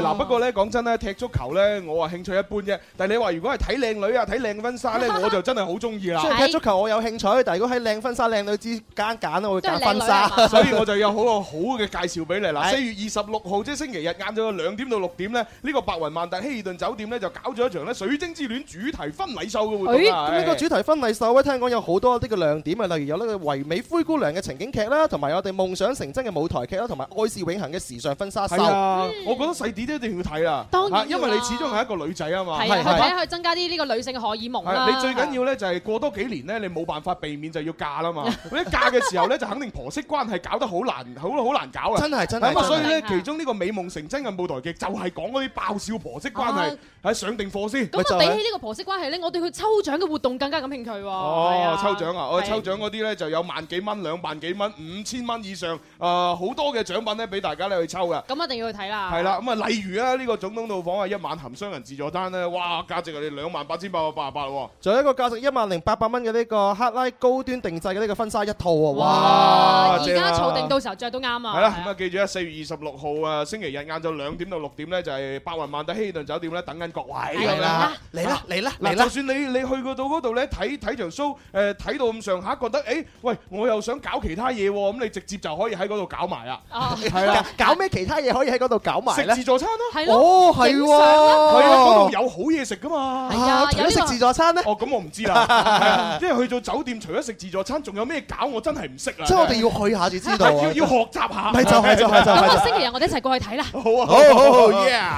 Speaker 3: 咁嘅。嗱，不過咧講真咧，踢足球咧，我啊興趣一般啫。但係你話如果係睇靚女啊、睇靚婚紗咧，我就真係好中意啦。
Speaker 4: 即係踢足球我有興趣，但係如果喺靚婚紗靚女之間揀，我會揀婚紗。
Speaker 3: 所以我就有好個好嘅介紹俾你啦。
Speaker 4: 係
Speaker 3: 四月二十六號即係星期日晏晝兩點到六點咧，呢個白雲萬達希爾頓酒店咧就搞咗一場咧水晶之戀主題婚禮秀嘅活動
Speaker 4: 誒
Speaker 3: 啊
Speaker 4: 咁呢個主題婚禮秀咧，聽講有好多啲嘅亮點啊，例如有呢個唯美灰姑娘嘅情景劇啦，同埋我哋夢想成真嘅舞台劇啦，同埋愛是永恆嘅時尚婚紗秀。
Speaker 3: 係啊，我覺得細啲都一定要睇啦。
Speaker 6: 當然
Speaker 3: 嚇因為你始終係一個女仔啊嘛。
Speaker 6: 係啊，去睇下去增加啲呢個女性嘅荷爾蒙啦。
Speaker 3: 係你最緊要咧就係過多幾年咧，你冇辦法避免就要嫁 啦嘛。咁一嫁嘅時候咧，就肯定婆媳關係搞得好難，好好難搞啊！
Speaker 4: 真係真係
Speaker 3: 咁啊，所以咧
Speaker 4: 真，係
Speaker 3: 其中呢個美夢成真嘅舞台劇就係講嗰啲爆笑婆媳關係，係上定課先。
Speaker 6: 咁啊，比起呢個婆媳關係咧，我對佢抽獎嘅活動更加感興趣喎。係
Speaker 3: 哦
Speaker 6: 啊，
Speaker 3: 抽獎啊！我
Speaker 6: 係
Speaker 3: 抽獎嗰啲咧就有萬幾蚊、兩萬幾蚊、五千蚊以上，誒好多嘅獎品咧俾大家咧去抽噶。
Speaker 6: 咁一定要去睇啦。
Speaker 3: 係啦，咁啊，例如啊，呢個總統套房啊，一晚含雙人自助單咧，哇，價值係你兩萬八千八百八十八喎。
Speaker 4: 仲有一個價值一萬零八百蚊嘅呢個克拉高端定制嘅呢個婚紗一套喎，
Speaker 3: 哇
Speaker 4: 哇！
Speaker 6: 而
Speaker 3: 正
Speaker 6: 家
Speaker 3: 啊
Speaker 6: 儲定到時候着都啱
Speaker 3: 係
Speaker 6: 啊。
Speaker 3: 啦，咁啊記住啊，四月二十六號啊，星期日晏晝兩點到六點咧，就係白雲萬達希爾頓酒店咧等緊各位咁樣
Speaker 4: 啦嚟啦嚟啦嚟
Speaker 3: 嗱，
Speaker 4: 啦
Speaker 3: 就算你你去嗰度嗰度咧睇睇場 show，誒睇到咁上下，覺得誒喂，我又想搞其他嘢喎，咁你直接就可以喺嗰度搞埋啦，係啦。
Speaker 4: 搞咩其他嘢可以喺嗰度搞埋
Speaker 3: 食
Speaker 4: 咧？
Speaker 3: 自助餐啦，
Speaker 4: 係咯哦係喎影相啦
Speaker 3: 係啊，嗰度有好嘢食噶嘛，
Speaker 4: 係啊除咗有呢個食自助餐咧，
Speaker 3: 哦咁我唔知啦，係啊即係去到酒店，除咗食自助餐，仲有咩搞我真係唔識啦，
Speaker 4: 即係我哋要去下至知道啊
Speaker 3: 係要要學習下，
Speaker 4: 咪就係就係就係
Speaker 6: 咁
Speaker 4: 就
Speaker 6: 啊，
Speaker 4: 係
Speaker 6: 星期日我哋一齊過去睇啦。好
Speaker 3: 啊
Speaker 4: 好好好
Speaker 3: yeah！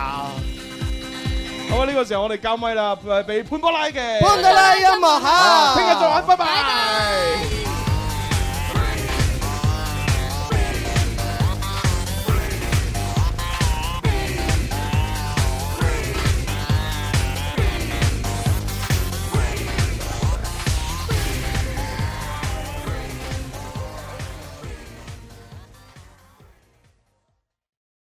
Speaker 3: 好啊，呢個時候我哋交咪啦，誒俾潘波拉嘅
Speaker 4: 潘多拉音樂盒
Speaker 3: 啊聽日再玩，拜拜。